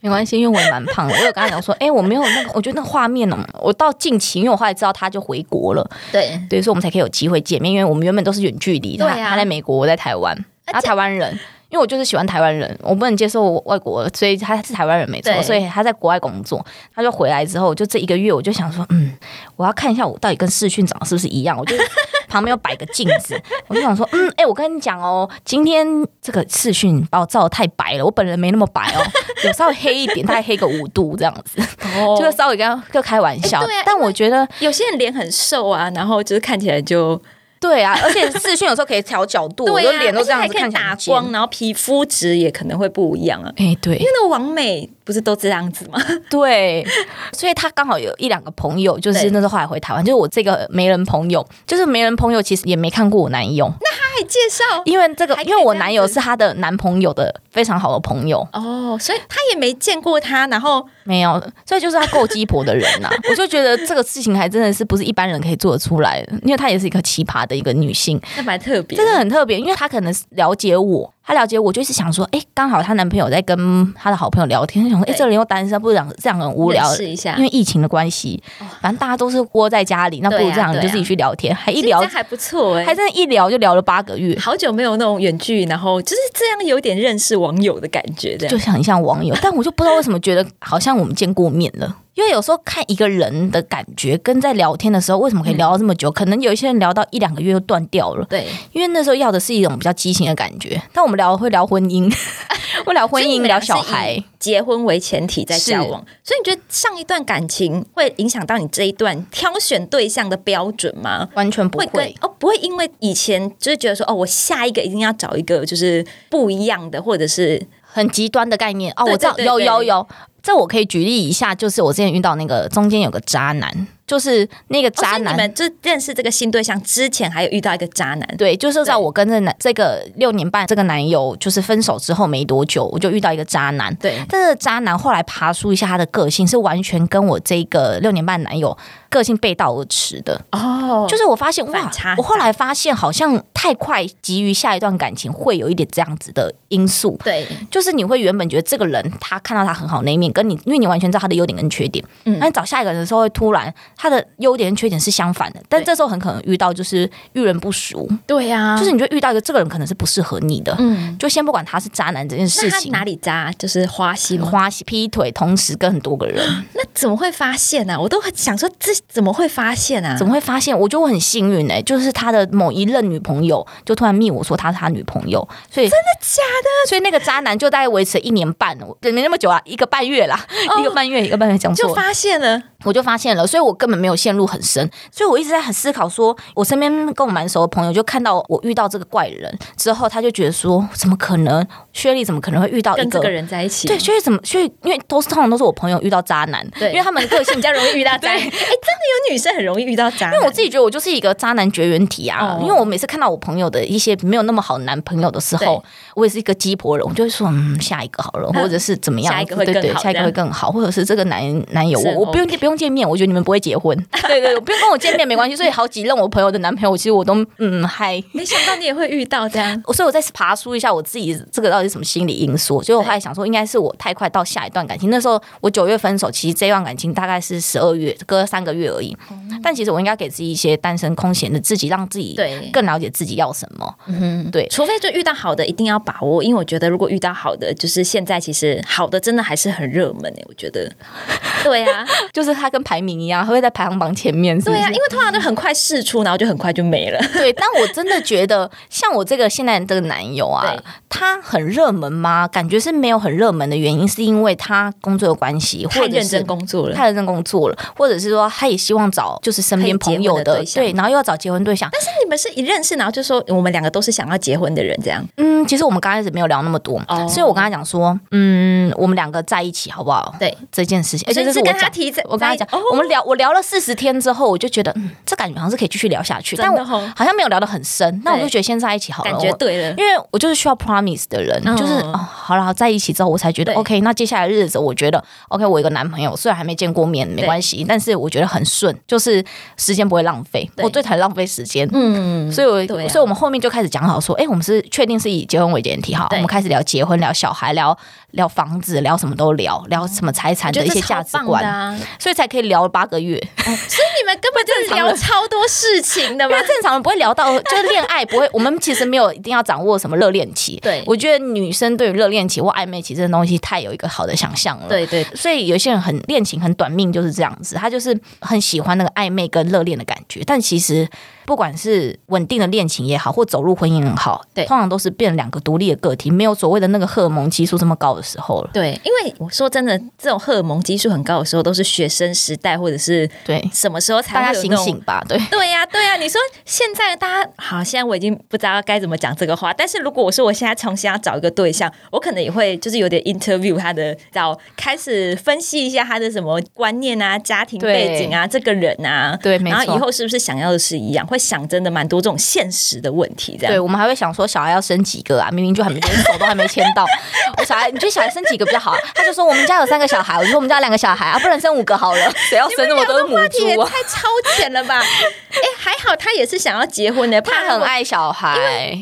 Speaker 2: 没关系，因为我也蛮胖的，我有跟他讲说，哎、我没有那个，我觉得那画面哦、我到近期，因为我后来知道他就回国了，
Speaker 3: 对，
Speaker 2: 对，所以我们才可以有机会见面，因为我们原本都是远距离，他、
Speaker 3: 对啊
Speaker 2: 他在美国，我在台湾，他台湾人。因为我就是喜欢台湾人，我不能接受我外国，所以他是台湾人没错，
Speaker 3: 对
Speaker 2: 所以他在国外工作，他就回来之后，就这一个月我就想说，嗯，我要看一下我到底跟世讯长得是不是一样，我就旁边又摆个镜子，我就想说，嗯，哎、我跟你讲哦，今天这个视讯把我照的太白了，我本人没那么白哦，有稍微黑一点，大概黑个五度这样子，
Speaker 1: 哦
Speaker 2: 就是稍微跟他就开玩笑，
Speaker 1: 哎对啊
Speaker 2: 但我觉得
Speaker 1: 有些人脸很瘦啊，然后就是看起来就
Speaker 2: 对啊， 而且视讯有时候可以调角度，我
Speaker 1: 对
Speaker 2: 的
Speaker 1: 啊
Speaker 2: 脸都这样
Speaker 1: 而
Speaker 2: 子
Speaker 1: 且还可
Speaker 2: 看
Speaker 1: 以
Speaker 2: 起来
Speaker 1: 打
Speaker 2: 很尖
Speaker 1: 光，。然后皮肤质也可能会不一样啊。
Speaker 2: 哎、对
Speaker 1: 因为那个王美不是都这样子 吗？
Speaker 2: 对，所以他刚好有一两个朋友，就是
Speaker 1: 对
Speaker 2: 那时候后来回台湾，就是我这个媒人朋友，就是媒人朋友其实也没看过我男友，
Speaker 1: 还介绍
Speaker 2: 因为这个
Speaker 1: 还，可以
Speaker 2: 因为我
Speaker 1: 这样
Speaker 2: 男友
Speaker 1: 子
Speaker 2: 是她的男朋友的非常好的朋友，
Speaker 1: 哦，所以他也没见过他，然后
Speaker 2: 没有，所以就是他够鸡婆的人 呐、我就觉得这个事情还真的是不是一般人可以做得出来的，因为她也是一个奇葩的一个女性，
Speaker 1: 那蛮特别的，
Speaker 2: 真的很特别，因为她可能是了解我，她了解我就是想说，哎、刚好她男朋友在跟她的好朋友聊天，就想说，哎、
Speaker 1: 对啊
Speaker 2: 这个人又单身，不然这样很无聊。
Speaker 1: 试一下，
Speaker 2: 因为疫情的关系，反正大家都是窝在家里，那不如
Speaker 1: 对啊
Speaker 2: 这样你
Speaker 1: 哦
Speaker 2: 就
Speaker 1: 对啊
Speaker 2: 自己去聊天，还一
Speaker 1: 其实
Speaker 2: 聊
Speaker 1: 这样，还不错哎、
Speaker 2: 还真的一聊就聊了八个月，
Speaker 1: 好久没有那种远距，然后就是这样有点认识网友的感觉，这
Speaker 2: 就
Speaker 1: 样
Speaker 2: 是很像 网友，但我就不知道为什么觉得好像我们见过面了。因为有时候看一个人的感觉，跟在聊天的时候，为什么
Speaker 1: 嗯
Speaker 2: 可以聊到这么久？可能有一些人聊到一两个月就断掉了，
Speaker 1: 对。
Speaker 2: 因为那时候要的是一种比较激情的感觉。但我们聊会聊婚姻， 会聊
Speaker 1: 所
Speaker 2: 婚
Speaker 1: 以你
Speaker 2: 姻，
Speaker 1: 们
Speaker 2: 聊
Speaker 1: 俩是
Speaker 2: 小孩
Speaker 1: 以，结婚为前提在交往，所以你觉得上一段感情会影响到你这一段挑选对象的标准吗？
Speaker 2: 完全不
Speaker 1: 跟
Speaker 2: 会。
Speaker 1: 哦，不会因为以前就是觉得说哦，我下一个一定要找一个就是不一样的，或者是哦
Speaker 2: 很极端的概念哦，
Speaker 1: 对
Speaker 2: 我知道
Speaker 1: 对对
Speaker 2: 有
Speaker 1: 对
Speaker 2: 有有，这我可以举例一下，就是我之前遇到那个中间有个渣男，就是那个
Speaker 1: 哦
Speaker 2: 渣
Speaker 1: 所以
Speaker 2: 男
Speaker 1: 你们就认识这个新对象之前，还有遇到一个渣男，
Speaker 2: 对，就是在
Speaker 1: 对
Speaker 2: 我跟这男这个六年半这个男友就是分手之后没多久，我就遇到一个渣男。
Speaker 1: 对
Speaker 2: 这个渣男后来爬梳一下他的个性，是完全跟我这个六年半男友个性背道而驰的。
Speaker 1: 哦，
Speaker 2: 就是我发现哇
Speaker 1: 反差，很
Speaker 2: 我后来发现好像太快急于下一段感情，会有一点这样子的因素。
Speaker 1: 对
Speaker 2: 就是你会原本觉得这个人他看到他很好那一面，跟你因为你完全知道他的优点跟缺点，嗯，
Speaker 1: 嗯
Speaker 2: 但你找下一个人的时候，会突然他的优点跟缺点是相反的，但
Speaker 1: 对
Speaker 2: 这时候很可能遇到就是遇人不淑，
Speaker 1: 对呀、
Speaker 2: 就是你就遇到一个这个人可能是不适合你的，
Speaker 1: 嗯，
Speaker 2: 就先不管他是渣男这件事
Speaker 1: 那他
Speaker 2: 情。
Speaker 1: 哪里渣？就是花心吗？
Speaker 2: 花心劈腿，同时跟很多个人，
Speaker 1: 那怎么会发现呢、啊？我都很想说这怎么会发现啊？
Speaker 2: 怎
Speaker 1: 么
Speaker 2: 么会发现？我觉得我很幸运哎、就是他的某一任女朋友就突然密我说她是他女朋友，所以真的假的？所以那个渣男就大概维持了一年半，我没那么久啊，一个半月啦，一个半月，一个半月讲
Speaker 1: 哦
Speaker 2: 错
Speaker 1: 就
Speaker 2: 了，
Speaker 1: 发现了？
Speaker 2: 我就发现了，所以我根本没有陷入很深，所以我一直在很思考说我身边跟我蛮熟的朋友就看到我遇到这个怪人之后，他就觉得说，怎么可能？薛丽怎么可能会遇到一
Speaker 1: 跟这
Speaker 2: 个
Speaker 1: 个人在一起，
Speaker 2: 对，，所以怎么，所以因为都是通常都是我朋友遇到渣男，
Speaker 1: 对
Speaker 2: 因为他们个性比
Speaker 1: 比较
Speaker 2: 较。
Speaker 1: 容易遇到渣。哎、
Speaker 2: 对
Speaker 1: 真的有女生很容易遇到渣男，
Speaker 2: 因为我自己觉得我就是一个渣男绝缘体啊，
Speaker 1: 哦
Speaker 2: 因为我每次看到我朋友的一些没有那么好的男朋友的时候
Speaker 1: 对，
Speaker 2: 我也是一个鸡婆人，我就会说嗯下一个好 了，
Speaker 1: 嗯
Speaker 2: 或者是怎么样，
Speaker 1: 下一个会
Speaker 2: 对
Speaker 1: 更
Speaker 2: 对，
Speaker 1: 好
Speaker 2: 下一个
Speaker 1: 这
Speaker 2: 会
Speaker 1: 样
Speaker 2: 更好，或者是这个男男友，
Speaker 1: 是
Speaker 2: 我我不用不用见面，我觉得你们不会结 婚，对对，对不用跟我见面没关系，所以好几任我朋友的男朋友，其实我都嗯嗨，
Speaker 1: 没想到你也会遇到这样。
Speaker 2: 所以我再爬梳一下我自己这个到底是什么心理因素，所以我后来想说，应该是我太快到下一段感情。那时候我九月分手，其实这段感情大概是十二月，隔三个月而已。
Speaker 1: 哦
Speaker 2: 但其实我应该给自己一些单身空闲的自己，让自己
Speaker 1: 对
Speaker 2: 更了解自己要什么。 对
Speaker 1: 除非就遇到好的，一定要把握，因为我觉得如果遇到好的，就是现在其实好的真的还是很热门欸诶、我觉得。对 啊，
Speaker 2: 就是它跟排名一样，它会在排行榜前面，是不
Speaker 1: 对
Speaker 2: 是？
Speaker 1: 啊，因为通常都很快试出，然后就很快就没 了。
Speaker 2: 对，但我真的觉得，像我这个现在的这个男友啊
Speaker 1: 对，
Speaker 2: 他很热门吗？感觉是没有很热门的原因，是因为他工作的关系，
Speaker 1: 太
Speaker 2: 或者
Speaker 1: 认
Speaker 2: 是
Speaker 1: 真工作了。
Speaker 2: 太认真工作了，或者是说他也希望找就是身边朋友
Speaker 1: 可
Speaker 2: 的
Speaker 1: 以结婚的对象
Speaker 2: 对，然后又要找结婚对象。
Speaker 1: 但是你们是一认识，然后就说我们两个都是想要结婚的人，这样
Speaker 2: 嗯，其实我们刚开始没有聊那么多，
Speaker 1: 哦
Speaker 2: 所以我跟他讲说，嗯，我们两个在一起好不好？
Speaker 1: 对
Speaker 2: 这件事情，而
Speaker 1: 所
Speaker 2: 且
Speaker 1: 以你
Speaker 2: 这是
Speaker 1: 是
Speaker 2: 我
Speaker 1: 跟他
Speaker 2: 讲。
Speaker 1: 提这，
Speaker 2: 我跟他讲
Speaker 1: 在，哦
Speaker 2: 我们聊我聊了四十天之后，我就觉得，嗯，这感觉好像是可以继续聊下去，
Speaker 1: 真
Speaker 2: 但
Speaker 1: 的
Speaker 2: 我
Speaker 1: 哦
Speaker 2: 好像没有聊得很深。那我就觉得先在一起好了，
Speaker 1: 感觉
Speaker 2: 我
Speaker 1: 对了，
Speaker 2: 因为我就是需要 promise 的人，
Speaker 1: 嗯
Speaker 2: 就是哦，好了，在一起之后我才觉得
Speaker 1: 对
Speaker 2: OK。那接下来的日子，我觉得 OK，我有一个男朋友，虽然还没见过面，没关系，但是我觉得很顺，就是时间不会浪费。
Speaker 1: 对
Speaker 2: 我最讨厌浪费时间。
Speaker 1: 嗯，
Speaker 2: 所以我，
Speaker 1: 对啊
Speaker 2: 所以我们后面就开始讲好说，哎、我们是确定是以结婚为前提哈，我
Speaker 1: 对
Speaker 2: 们开始聊结婚、聊小孩、聊聊房子、聊什么都聊，聊什么财产
Speaker 1: 哦我觉
Speaker 2: 的
Speaker 1: 得
Speaker 2: 一些
Speaker 1: 这
Speaker 2: 价
Speaker 1: 超
Speaker 2: 值
Speaker 1: 棒
Speaker 2: 观，
Speaker 1: 的啊！
Speaker 2: 所以才可以聊八个月。
Speaker 1: 所以你们根本就是聊超多事情的嘛
Speaker 2: 因为。正常人不会聊到，就是恋爱不会，我们其实没有一定要掌握什么热恋期。
Speaker 1: 对
Speaker 2: 我觉得女生对于热恋期或暧昧期这种东西太有一个好的想象了。。
Speaker 1: 对对，
Speaker 2: 所以有些人很恋情很短命，就是这样子，他就是很喜欢那个暧昧跟热恋的感觉，但其实不管是稳定的恋情也好，或走入婚姻也好，
Speaker 1: 对
Speaker 2: 通常都是变两个独立的个体，没有所谓的那个荷尔蒙激素这么高的时候了。
Speaker 1: 对，因为我说真的，这种荷尔蒙激素很高的时候，都是学生时代或者是
Speaker 2: 对，
Speaker 1: 什么时候
Speaker 2: 大
Speaker 1: 才
Speaker 2: 家
Speaker 1: 会有
Speaker 2: 醒
Speaker 1: 那种
Speaker 2: 醒吧，对。
Speaker 1: 对呀、对呀、你说现在大家好，现在我已经不知道该怎么讲这个话，但是如果我说我现在重新要找一个对象，我可能也会就是有点 interview 他的，找开始分析一下他的什么观念啊、家庭背景啊、这个人啊，
Speaker 2: 对没
Speaker 1: 然
Speaker 2: 错
Speaker 1: 后以后是不是想要的是一样，会想真的蛮多这种现实的问题，这
Speaker 2: 对，
Speaker 1: 样
Speaker 2: 我们还会想说小孩要生几个啊？明明就还没连手都还没牵到， 我小孩你觉得小孩生几个比较好啊？他就说我们家有三个小孩，我就说我们家有两个小孩啊，不然生五个好了，谁要生那么多母
Speaker 1: 话题也
Speaker 2: 猪啊？
Speaker 1: 太超前了 吧？哎，还好他也是想要结婚的，怕
Speaker 2: 他很爱小孩，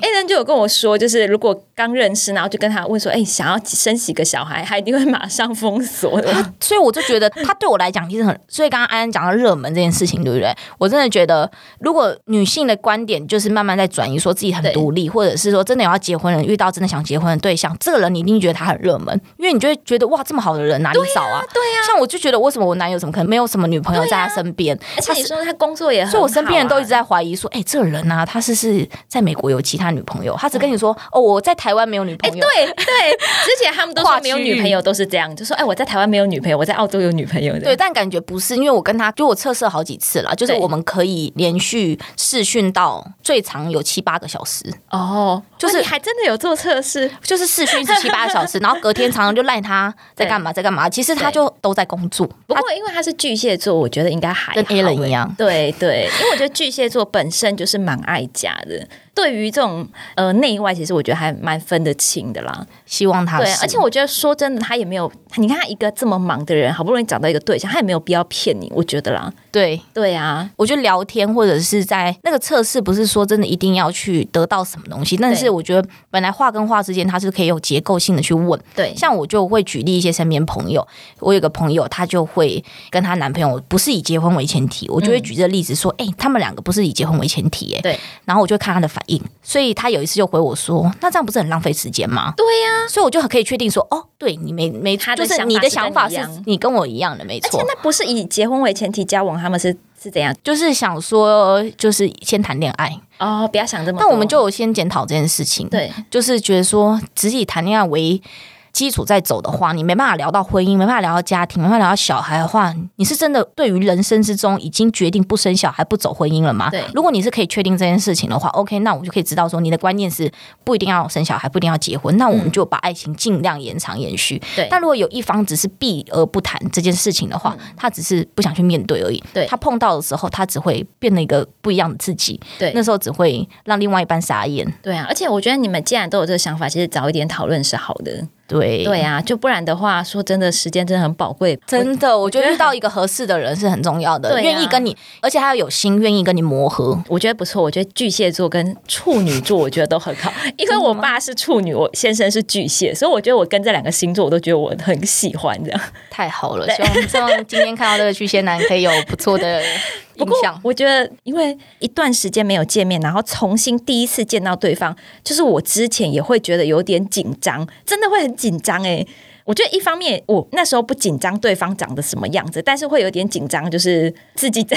Speaker 1: A 人就有跟我说，就是如果刚认识，然后就跟他问说，哎、你想要生几个小孩，他一定会马上封锁 的。
Speaker 2: 所以我就觉得他对我来讲其实很，所以刚刚安安讲到热门这件事情，对不对？我真的觉得，如果女性的观点就是慢慢在转移，说自己很
Speaker 1: 对
Speaker 2: 独立，或者是说真的有要结婚了，遇到真的想结婚的对象，这个人你一定觉得他很热门，因为你就会觉得哇，这么好的人哪里找啊？
Speaker 1: 对呀、
Speaker 2: 像我就觉得，为什么我男友怎么可能没有什么女朋友在他身边？
Speaker 1: 而且你说他工作也很好、啊，
Speaker 2: 所以我身边人都一直在怀疑说，哎、这个人啊，他是不是在美国有其他女朋友？他只跟你说，哦，我在台湾没有女
Speaker 1: 哎、
Speaker 2: 朋友。
Speaker 1: 对对，之前他们都
Speaker 2: 跨
Speaker 1: 说
Speaker 2: 区
Speaker 1: 没
Speaker 2: 域
Speaker 1: 有女朋友都是这样，就说哎、我在台湾没有女朋友，我在澳洲有女朋友
Speaker 2: 对
Speaker 1: 的。
Speaker 2: 但感觉不是，因为我跟他就我测试好几次了，就是
Speaker 1: 对
Speaker 2: 我们可以连续试训到最长有七八个小时，
Speaker 1: 哦，
Speaker 2: 就是
Speaker 1: 哇你还真的有做测试，
Speaker 2: 就是试训是七八个小时，然后隔天常常就赖他在 干嘛在干嘛，其实他就都在工作，
Speaker 1: 不
Speaker 2: 他
Speaker 1: 过因为他是巨蟹座，我觉得应该还好
Speaker 2: 跟 Alan 一样
Speaker 1: 欸对对，因为我觉得巨蟹座本身就是蛮爱家的，对于这种呃内外，其实我觉得还蛮分得清的啦。
Speaker 2: 希望他
Speaker 1: 对
Speaker 2: 是，
Speaker 1: 而且我觉得说真的，他也没有，你看他一个这么忙的人，好不容易找到一个对象，他也没有必要骗你，我觉得啦。
Speaker 2: 对
Speaker 1: 对啊，
Speaker 2: 我觉得聊天或者是在那个测试，不是说真的一定要去得到什么东西，但是我觉得本来话跟话之间，它是可以有结构性的去问。
Speaker 1: 对像
Speaker 2: 像我就会举例一些身边朋友，我有个朋友，她就会跟她男朋友不是以结婚为前提，我就会举这个例子说，哎、他们两个不是以结婚为前提、哎，
Speaker 1: 对
Speaker 2: 然后我就看她的反应，所以她有一次就回我说，那这样不是很浪费时间吗？
Speaker 1: 对呀、
Speaker 2: 所以我就很可以确定说，哦，对你没没，
Speaker 1: 她
Speaker 2: 就
Speaker 1: 的
Speaker 2: 是
Speaker 1: 想
Speaker 2: 你
Speaker 1: 法
Speaker 2: 的
Speaker 1: 是
Speaker 2: 想
Speaker 1: 跟
Speaker 2: 法
Speaker 1: 你一
Speaker 2: 是
Speaker 1: 样
Speaker 2: 你跟我一样的，没
Speaker 1: 而且
Speaker 2: 错。
Speaker 1: 那不是以结婚为前提交往，他们是是怎样？
Speaker 2: 就是想说，就是先谈恋爱，
Speaker 1: 哦，不要想这么多。
Speaker 2: 那我们就有先检讨这件事情，，
Speaker 1: 对
Speaker 2: 就是觉得说，只以谈恋爱为基础在走的话，你没办法聊到婚姻，没办法聊到家庭，没办法聊到小孩的话，你是真的对于人生之中已经决定不生小孩、不走婚姻了吗？
Speaker 1: 对
Speaker 2: 如果你是可以确定这件事情的话，OK，那我就可以知道说，你的观念是不一定要生小孩，不一定要结婚，那我们就把爱情尽量延长延续。
Speaker 1: 嗯对
Speaker 2: 但如果有一方只是避而不谈这件事情的话，他只是不想去面对而已。
Speaker 1: 对
Speaker 2: 他碰到的时候，他只会变得一个不一样的自己。
Speaker 1: 对
Speaker 2: 那时候只会让另外一半傻眼。
Speaker 1: 对啊，而且我觉得你们既然都有这个想法，其实早一点讨论是好的。
Speaker 2: 对
Speaker 1: 对啊，就不然的话，说真的，时间真的很宝贵。
Speaker 2: 真的，我觉得遇到一个合适的人是很重要的，
Speaker 1: 对啊
Speaker 2: 愿意跟你，而且他要有心，愿意跟你磨合。
Speaker 1: 我觉得不错，我觉得巨蟹座跟处女座，我觉得都很 好，因为我爸是处女，我先生是巨蟹，所以我觉得我跟这两个星座，我都觉得我很喜欢这样。
Speaker 2: 太好了，希望希望今天看到这个巨蟹男可以有不错 的
Speaker 1: 不
Speaker 2: 印
Speaker 1: 过
Speaker 2: 象。
Speaker 1: 我觉得，因为一段时间没有见面，然后重新第一次见到对方，就是我之前也会觉得有点紧张，真的会很紧张哎、我觉得一方面我那时候不紧张对方长得什么样子，但是会有点紧张，就是自己 在？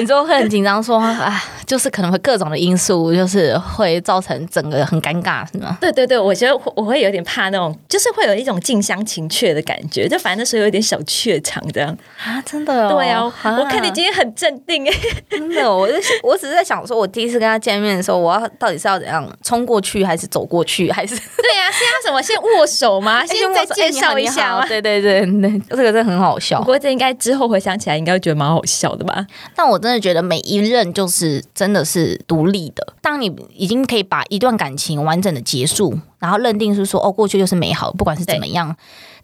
Speaker 2: 你之后会很紧张，说啊，就是可能会各种的因素，就是会造成整个很尴尬，是吗
Speaker 1: 对对对，我觉得我我会有点怕那种，就是会有一种近乡情怯的感觉，就反正那时候有点小怯场这样。
Speaker 2: 啊，真的
Speaker 1: 对啊，我看你今天很镇定哎、
Speaker 2: 真的，哦我就是我只是在想说，我第一次跟他见面的时候，我要到底是要怎样冲过去，还是走过去，还 是
Speaker 1: 对呀、啊，先要什么？先握手吗？哎 先再介
Speaker 2: 哎
Speaker 1: 绍一下吗？
Speaker 2: 对对对对，这个真的很好笑
Speaker 1: 不。过这应该之后回想起来，应该会觉得蛮好笑的吧？
Speaker 2: 但我真的觉得每一任就是真的是独立的。当你已经可以把一段感情完整的结束，然后认定是说哦，过去就是美好，不管是怎么样，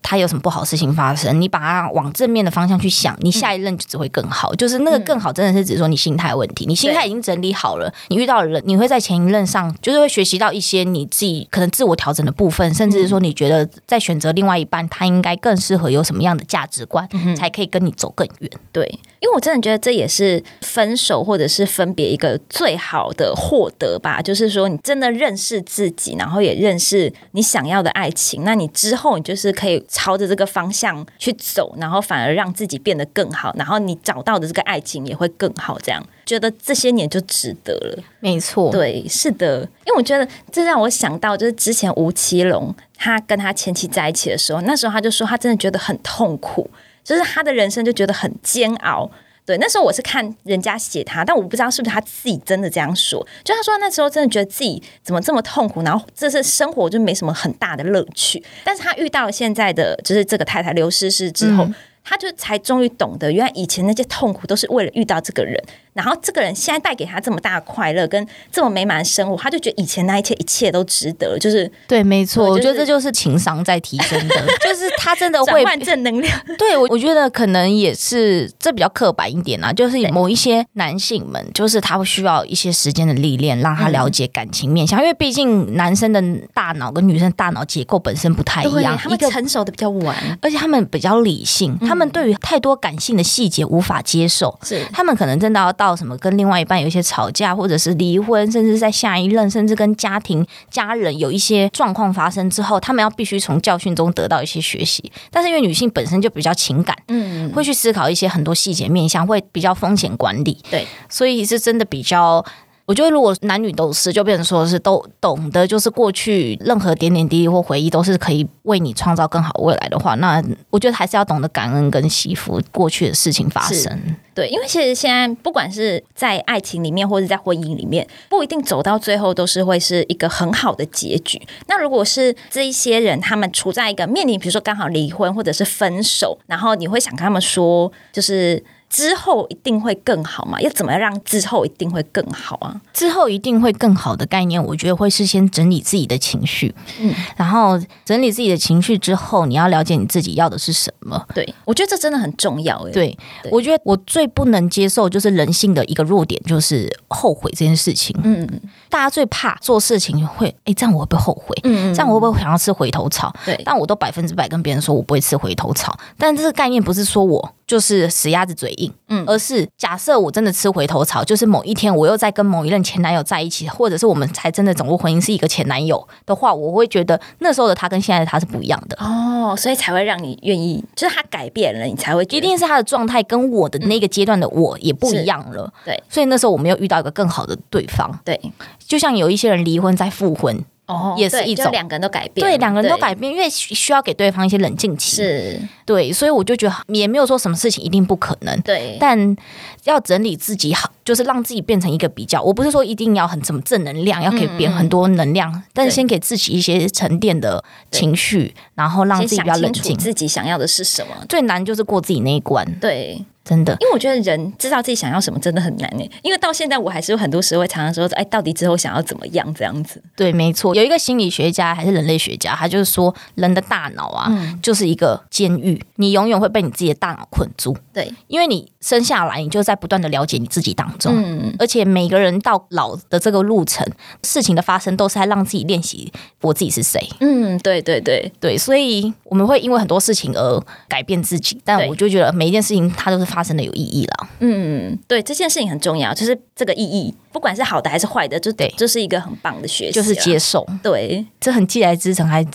Speaker 2: 它有什么不好的事情发生，你把它往正面的方向去想，你下一任就只会更好。就是那个更好，真的是只是说你心态问题，你心态已经整理好了，你遇到的人，你会在前一任上就是会学习到一些你自己可能自我调整的部分，甚至是说你觉得在选择另外一半，他应该更适合有什么样的价值观，才可以跟你走更远。
Speaker 1: 对，因为我真的觉得这也是分手或者是分别一个最好的获得吧，就是说你真的认识自己，然后也认是你想要的爱情，那你之后你就是可以朝着这个方向去走，然后反而让自己变得更好，然后你找到的这个爱情也会更好。这样觉得这些年就值得了。
Speaker 2: 没错，
Speaker 1: 对，是的，因为我觉得这让我想到，就是之前吴奇隆他跟他前妻在一起的时候，那时候他就说他真的觉得很痛苦，就是他的人生就觉得很煎熬。对，那时候我是看人家写他，但我不知道是不是他自己真的这样说。就他说那时候真的觉得自己怎么这么痛苦，然后这是生活就没什么很大的乐趣。但是他遇到了现在的就是这个太太刘诗诗之后，他就才终于懂得，原来以前那些痛苦都是为了遇到这个人，然后这个人现在带给他这么大的快乐跟这么美满的生活，他就觉得以前那一切一切都值得，就是
Speaker 2: 对，没错，
Speaker 1: 对
Speaker 2: 我
Speaker 1: 就
Speaker 2: 觉得
Speaker 1: 是
Speaker 2: 这就是情商在提 升的，就是他真的
Speaker 1: 转
Speaker 2: 会
Speaker 1: 换正能量。
Speaker 2: 对我，我觉得可能也是这比较刻板一点啦，啊就是某一些男性们，就是他会需要一些时间的历练，让
Speaker 1: 嗯
Speaker 2: 他了解感情面向，因为毕竟男生的大脑跟女生大脑结构本身不太一
Speaker 1: 对，
Speaker 2: 样，
Speaker 1: 他
Speaker 2: 一
Speaker 1: 们嗯
Speaker 2: 个。
Speaker 1: 成熟的比较晚，
Speaker 2: 而且他们比较理性，他们对于太多感性的细节无法接受，
Speaker 1: 是
Speaker 2: 他们可能真的要到什么跟另外一半有一些吵架，或者是离婚，甚至在下一任，甚至跟家庭、家人有一些状况发生之后，他们要必须从教训中得到一些学习。但是因为女性本身就比较情感，
Speaker 1: 嗯，
Speaker 2: 会去思考一些很多细节面向，会比较风险管理，
Speaker 1: 对，
Speaker 2: 所以是真的比较。嗯我觉得，如果男女都是，就变成说是都懂得，就是过去任何点点滴滴或回忆，都是可以为你创造更好未来的话，那我觉得还是要懂得感恩跟惜福过去的事情发生。
Speaker 1: 对，因为其实现在不管是在爱情里面，或者在婚姻里面，不一定走到最后都是会是一个很好的结局。那如果是这一些人，他们处在一个面临，比如说刚好离婚或者是分手，然后你会想跟他们说，就是之后一定会更好嘛？要怎么让之后一定会更好啊？
Speaker 2: 之后一定会更好的概念，我觉得会是先整理自己的情绪，
Speaker 1: 嗯，
Speaker 2: 然后整理自己的情绪之后，你要了解你自己要的是什么，
Speaker 1: 对，我觉得这真的很重要欸诶。
Speaker 2: 对，
Speaker 1: 对
Speaker 2: 我觉得我最不能接受就是人性的一个弱点，就是后悔这件事情。
Speaker 1: 嗯
Speaker 2: 大家最怕做事情会，哎，这样我会不会后悔？
Speaker 1: 嗯，
Speaker 2: 这样我会不会想要吃回头草？
Speaker 1: 对
Speaker 2: 但我都百分之百跟别人说我不会吃回头草，但这个概念不是说我就是死鸭子嘴硬，
Speaker 1: 嗯
Speaker 2: 而是假设我真的吃回头草，就是某一天我又在跟某一任前男友在一起，或者是我们才真的走入婚姻是一个前男友的话，我会觉得那时候的他跟现在的他是不一样的。
Speaker 1: 哦，所以才会让你愿意，就是他改变了，你才会觉得
Speaker 2: 一定是他的状态跟我的那个阶段的我也不一样了。
Speaker 1: 是对，
Speaker 2: 所以那时候我没有遇到一个更好的对方。
Speaker 1: 对
Speaker 2: 就像有一些人离婚再复婚，
Speaker 1: 哦
Speaker 2: 也是
Speaker 1: 对
Speaker 2: 一
Speaker 1: 就
Speaker 2: 种
Speaker 1: 两个人都改变了，
Speaker 2: 对，两个人都改变，因为需需要给对方一些冷静期。，
Speaker 1: 是，
Speaker 2: 对，所以我就觉得也没有说什么事情一定不可能。
Speaker 1: 对，
Speaker 2: 但要整理自己好，就是让自己变成一个比较。我不是说一定要很什么正能量，要给别人很多能量，但是
Speaker 1: 对
Speaker 2: 先给自己一些沉淀的情绪，然后让
Speaker 1: 先
Speaker 2: 自己比较
Speaker 1: 想
Speaker 2: 冷
Speaker 1: 清楚
Speaker 2: 静。
Speaker 1: 自己想要的是什么。
Speaker 2: 最难就是过自己那一关，
Speaker 1: 对，
Speaker 2: 真的。
Speaker 1: 因为我觉得人知道自己想要什么真的很难诶，因为到现在我还是有很多时候会常常说，哎，到底之后想要怎么样这样子？
Speaker 2: 对，没错，有一个心理学家还是人类学家，他就是说人的大脑啊，
Speaker 1: 嗯
Speaker 2: 就是一个监狱，你永远会被你自己的大脑困住，
Speaker 1: 对，
Speaker 2: 因为你生下来，你就在不断的了解你自己当中。
Speaker 1: 嗯，
Speaker 2: 而且每个人到老的这个路程，事情的发生都是在让自己练习我自己是谁。
Speaker 1: 嗯，对对对，
Speaker 2: 对，所以我们会因为很多事情而改变自己，但
Speaker 1: 对
Speaker 2: 我就觉得每一件事情它都是发生的有意义了。
Speaker 1: 嗯，对，这件事情很重要，就是这个意义，不管是好的还是坏的，就
Speaker 2: 对
Speaker 1: 就是一个很棒的学习，啊
Speaker 2: 就是接。受，
Speaker 1: 对，
Speaker 2: 这很既来之成还之，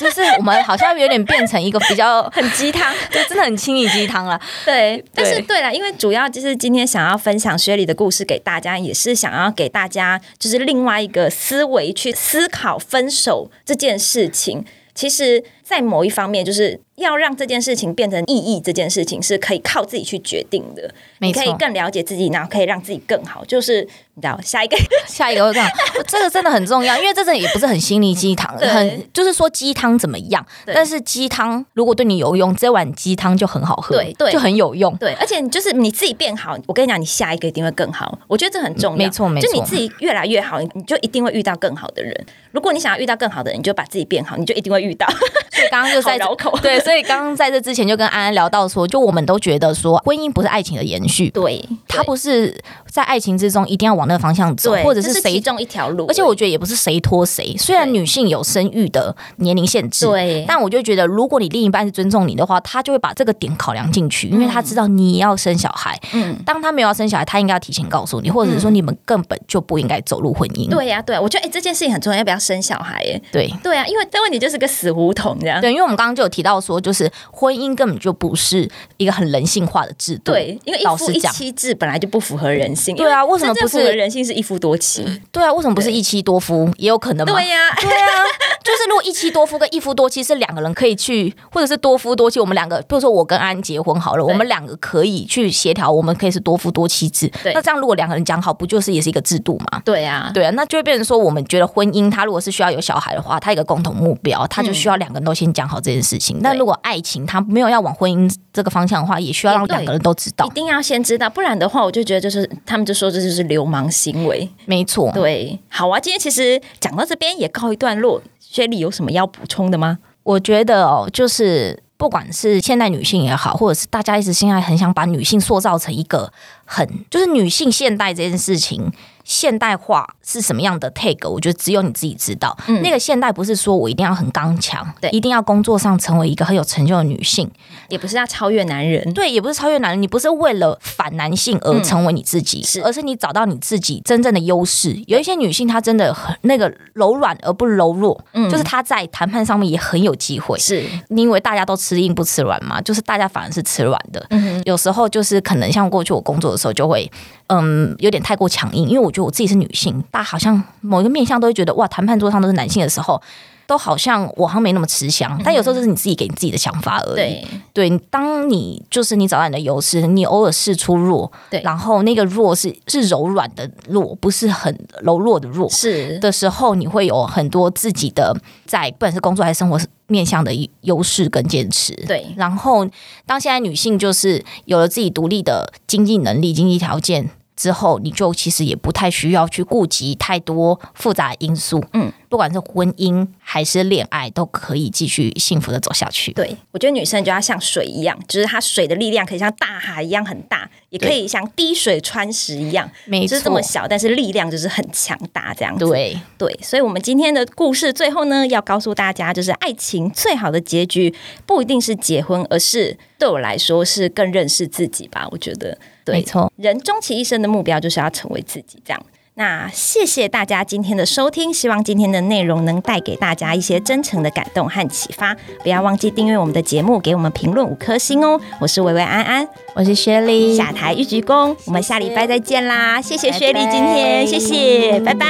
Speaker 2: 就是我们好像有点变成一个比较，
Speaker 1: 很鸡汤，
Speaker 2: 就真的很轻易鸡汤了。
Speaker 1: 对，但是
Speaker 2: 对
Speaker 1: 对了，因为主要就是今天想要分享薛里的故事给大家，也是想要给大家就是另外一个思维去思考分手这件事情。其实，在某一方面，就是要让这件事情变成意义，这件事情是可以靠自己去决定的。
Speaker 2: 没
Speaker 1: 你
Speaker 2: 错
Speaker 1: 可以更了解自己，然后可以让自己更好。就是你知道，下一个
Speaker 2: 下一个会这样，这个真的很重要，因为这真的也不是很心灵鸡汤，
Speaker 1: 对
Speaker 2: 很就是说鸡汤怎么样，
Speaker 1: 对
Speaker 2: 但是鸡汤如果对你有用，这碗鸡汤就很好喝，
Speaker 1: 对对。
Speaker 2: 就很有用
Speaker 1: 对，而且你就是你自己变好，我跟你讲，你下一个一定会更好。我觉得这很重要，
Speaker 2: 嗯没错没错
Speaker 1: 就你自己越来越好，你你就一定会遇到更好的人。如果你想要遇到更好的人，你就把自己变好，你就一定会遇到。
Speaker 2: 所以刚刚就在
Speaker 1: 好绕口
Speaker 2: 对，所以刚刚在这之前就跟安安聊到说，就我们都觉得说，婚姻不是爱情的延续，
Speaker 1: 对，
Speaker 2: 它不是在爱情之中一定要往那个方向走，
Speaker 1: 对，
Speaker 2: 或者
Speaker 1: 这是
Speaker 2: 谁
Speaker 1: 其中一条路，
Speaker 2: 而且我觉得也不是谁拖谁，虽然女性有生育的年龄限制，
Speaker 1: 对
Speaker 2: 但我就觉得如果你另一半是尊重你的话，他就会把这个点考量进去，因为他知道你要生小孩。
Speaker 1: 嗯。
Speaker 2: 当他没有要生小孩，他应该要提前告诉你，或者是说你们根本就不应该走入婚姻。
Speaker 1: 对呀、对、呀，我觉得哎、这件事情很重要，要不要生小孩？哎，
Speaker 2: 对
Speaker 1: 对啊，因为但问题就是个死胡同这样。
Speaker 2: 对，因为我们刚刚就有提到说，就是婚姻根本就不是一个很人性化的制度。
Speaker 1: 对，因为一
Speaker 2: 老
Speaker 1: 夫
Speaker 2: 实
Speaker 1: 一
Speaker 2: 讲，
Speaker 1: 妻制本来就不符合人性。
Speaker 2: 对啊
Speaker 1: 因
Speaker 2: 为什么
Speaker 1: 真正
Speaker 2: 不是
Speaker 1: 符合人性是一夫多妻？
Speaker 2: 对啊，为什么不是一妻多夫？也有可能嘛。
Speaker 1: 对呀、
Speaker 2: 对啊，就是如果一妻多夫跟一夫多妻是两个人可以去，或者是多夫多妻，我们两个，比如说我跟安结婚好了，我们两个可以去协调，我们可以是多夫多妻制。
Speaker 1: 对
Speaker 2: 那这样如果两个人讲好，不就是也是一个制度嘛？
Speaker 1: 对啊，
Speaker 2: 对啊，那就会变成说，我们觉得婚姻它如果是需要有小孩的话，它有一个共同目标，它
Speaker 1: 嗯
Speaker 2: 就需要两个人都先讲好这件事情。那如果爱情它没有要往婚姻这个方向的话，也需要让
Speaker 1: 对
Speaker 2: 两个人都知道
Speaker 1: 一。定要先知道，不然的话，我就觉得就是他们就说这就是流氓行为。
Speaker 2: 没错，
Speaker 1: 对，好啊，今天其实讲到这边也告一段落。薛丽有什么要补充的吗？
Speaker 2: 我觉得哦，就是不管是现代女性也好，或者是大家一直现在很想把女性塑造成一个很，就是女性现代这件事情。现代化是什么样的 take？我觉得只有你自己知道。那个现代不是说我一定要很刚强，
Speaker 1: 嗯对
Speaker 2: 一定要工作上成为一个很有成就的女性，
Speaker 1: 也不是要超越男人，
Speaker 2: 对，也不是超越男人，你不是为了反男性而成为你自己，
Speaker 1: 嗯是
Speaker 2: 而是你找到你自己真正的优势。有一些女性她真的很那个柔软而不柔弱，
Speaker 1: 嗯
Speaker 2: 就是她在谈判上面也很有机会。
Speaker 1: 是
Speaker 2: 你以为大家都吃硬不吃软吗？就是大家反而是吃软的。
Speaker 1: 嗯
Speaker 2: 有时候就是可能像过去我工作的时候，就会嗯有点太过强硬，因为我觉得我自己是女性，大家好像某一个面向都会觉得哇，谈判桌上都是男性的时候。都好像我好像没那么吃香，但有时候就是你自己给你自己的想法而
Speaker 1: 嗯
Speaker 2: 已。
Speaker 1: 对，
Speaker 2: 对，你当你就是你找到你的优势，你偶尔试出弱，
Speaker 1: 对
Speaker 2: 然后那个弱是是柔软的弱，不是很柔弱的弱
Speaker 1: 是
Speaker 2: 的时候，你会有很多自己的在不管是工作还是生活面向的优势跟坚持。
Speaker 1: 对
Speaker 2: 然后当现在女性就是有了自己独立的经济能力、经济条件。之后，你就其实也不太需要去顾及太多复杂的因素，
Speaker 1: 嗯，
Speaker 2: 不管是婚姻还是恋爱，都可以继续幸福的走下去。
Speaker 1: 对，我觉得女生就要像水一样，就是她水的力量可以像大海一样很大，也可以像滴水穿石一样，
Speaker 2: 没
Speaker 1: 就
Speaker 2: 错，
Speaker 1: 是这么小，但是力量就是很强大这样子。
Speaker 2: 对，
Speaker 1: 对，所以我们今天的故事最后呢，要告诉大家，就是爱情最好的结局不一定是结婚，而是对我来说是更认识自己吧。我觉得，
Speaker 2: 没
Speaker 1: 对，
Speaker 2: 错，
Speaker 1: 人终其一生的目标就是要成为自己这样。那谢谢大家今天的收听，希望今天的内容能带给大家一些真诚的感动和启发。不要忘记订阅我们的节目，给我们评论五颗星哦。我是维维安安，
Speaker 2: 我是雪莉，
Speaker 1: 下台一鞠躬，我们下礼拜再见啦！谢谢雪莉今天，谢谢，拜拜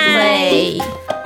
Speaker 2: 拜。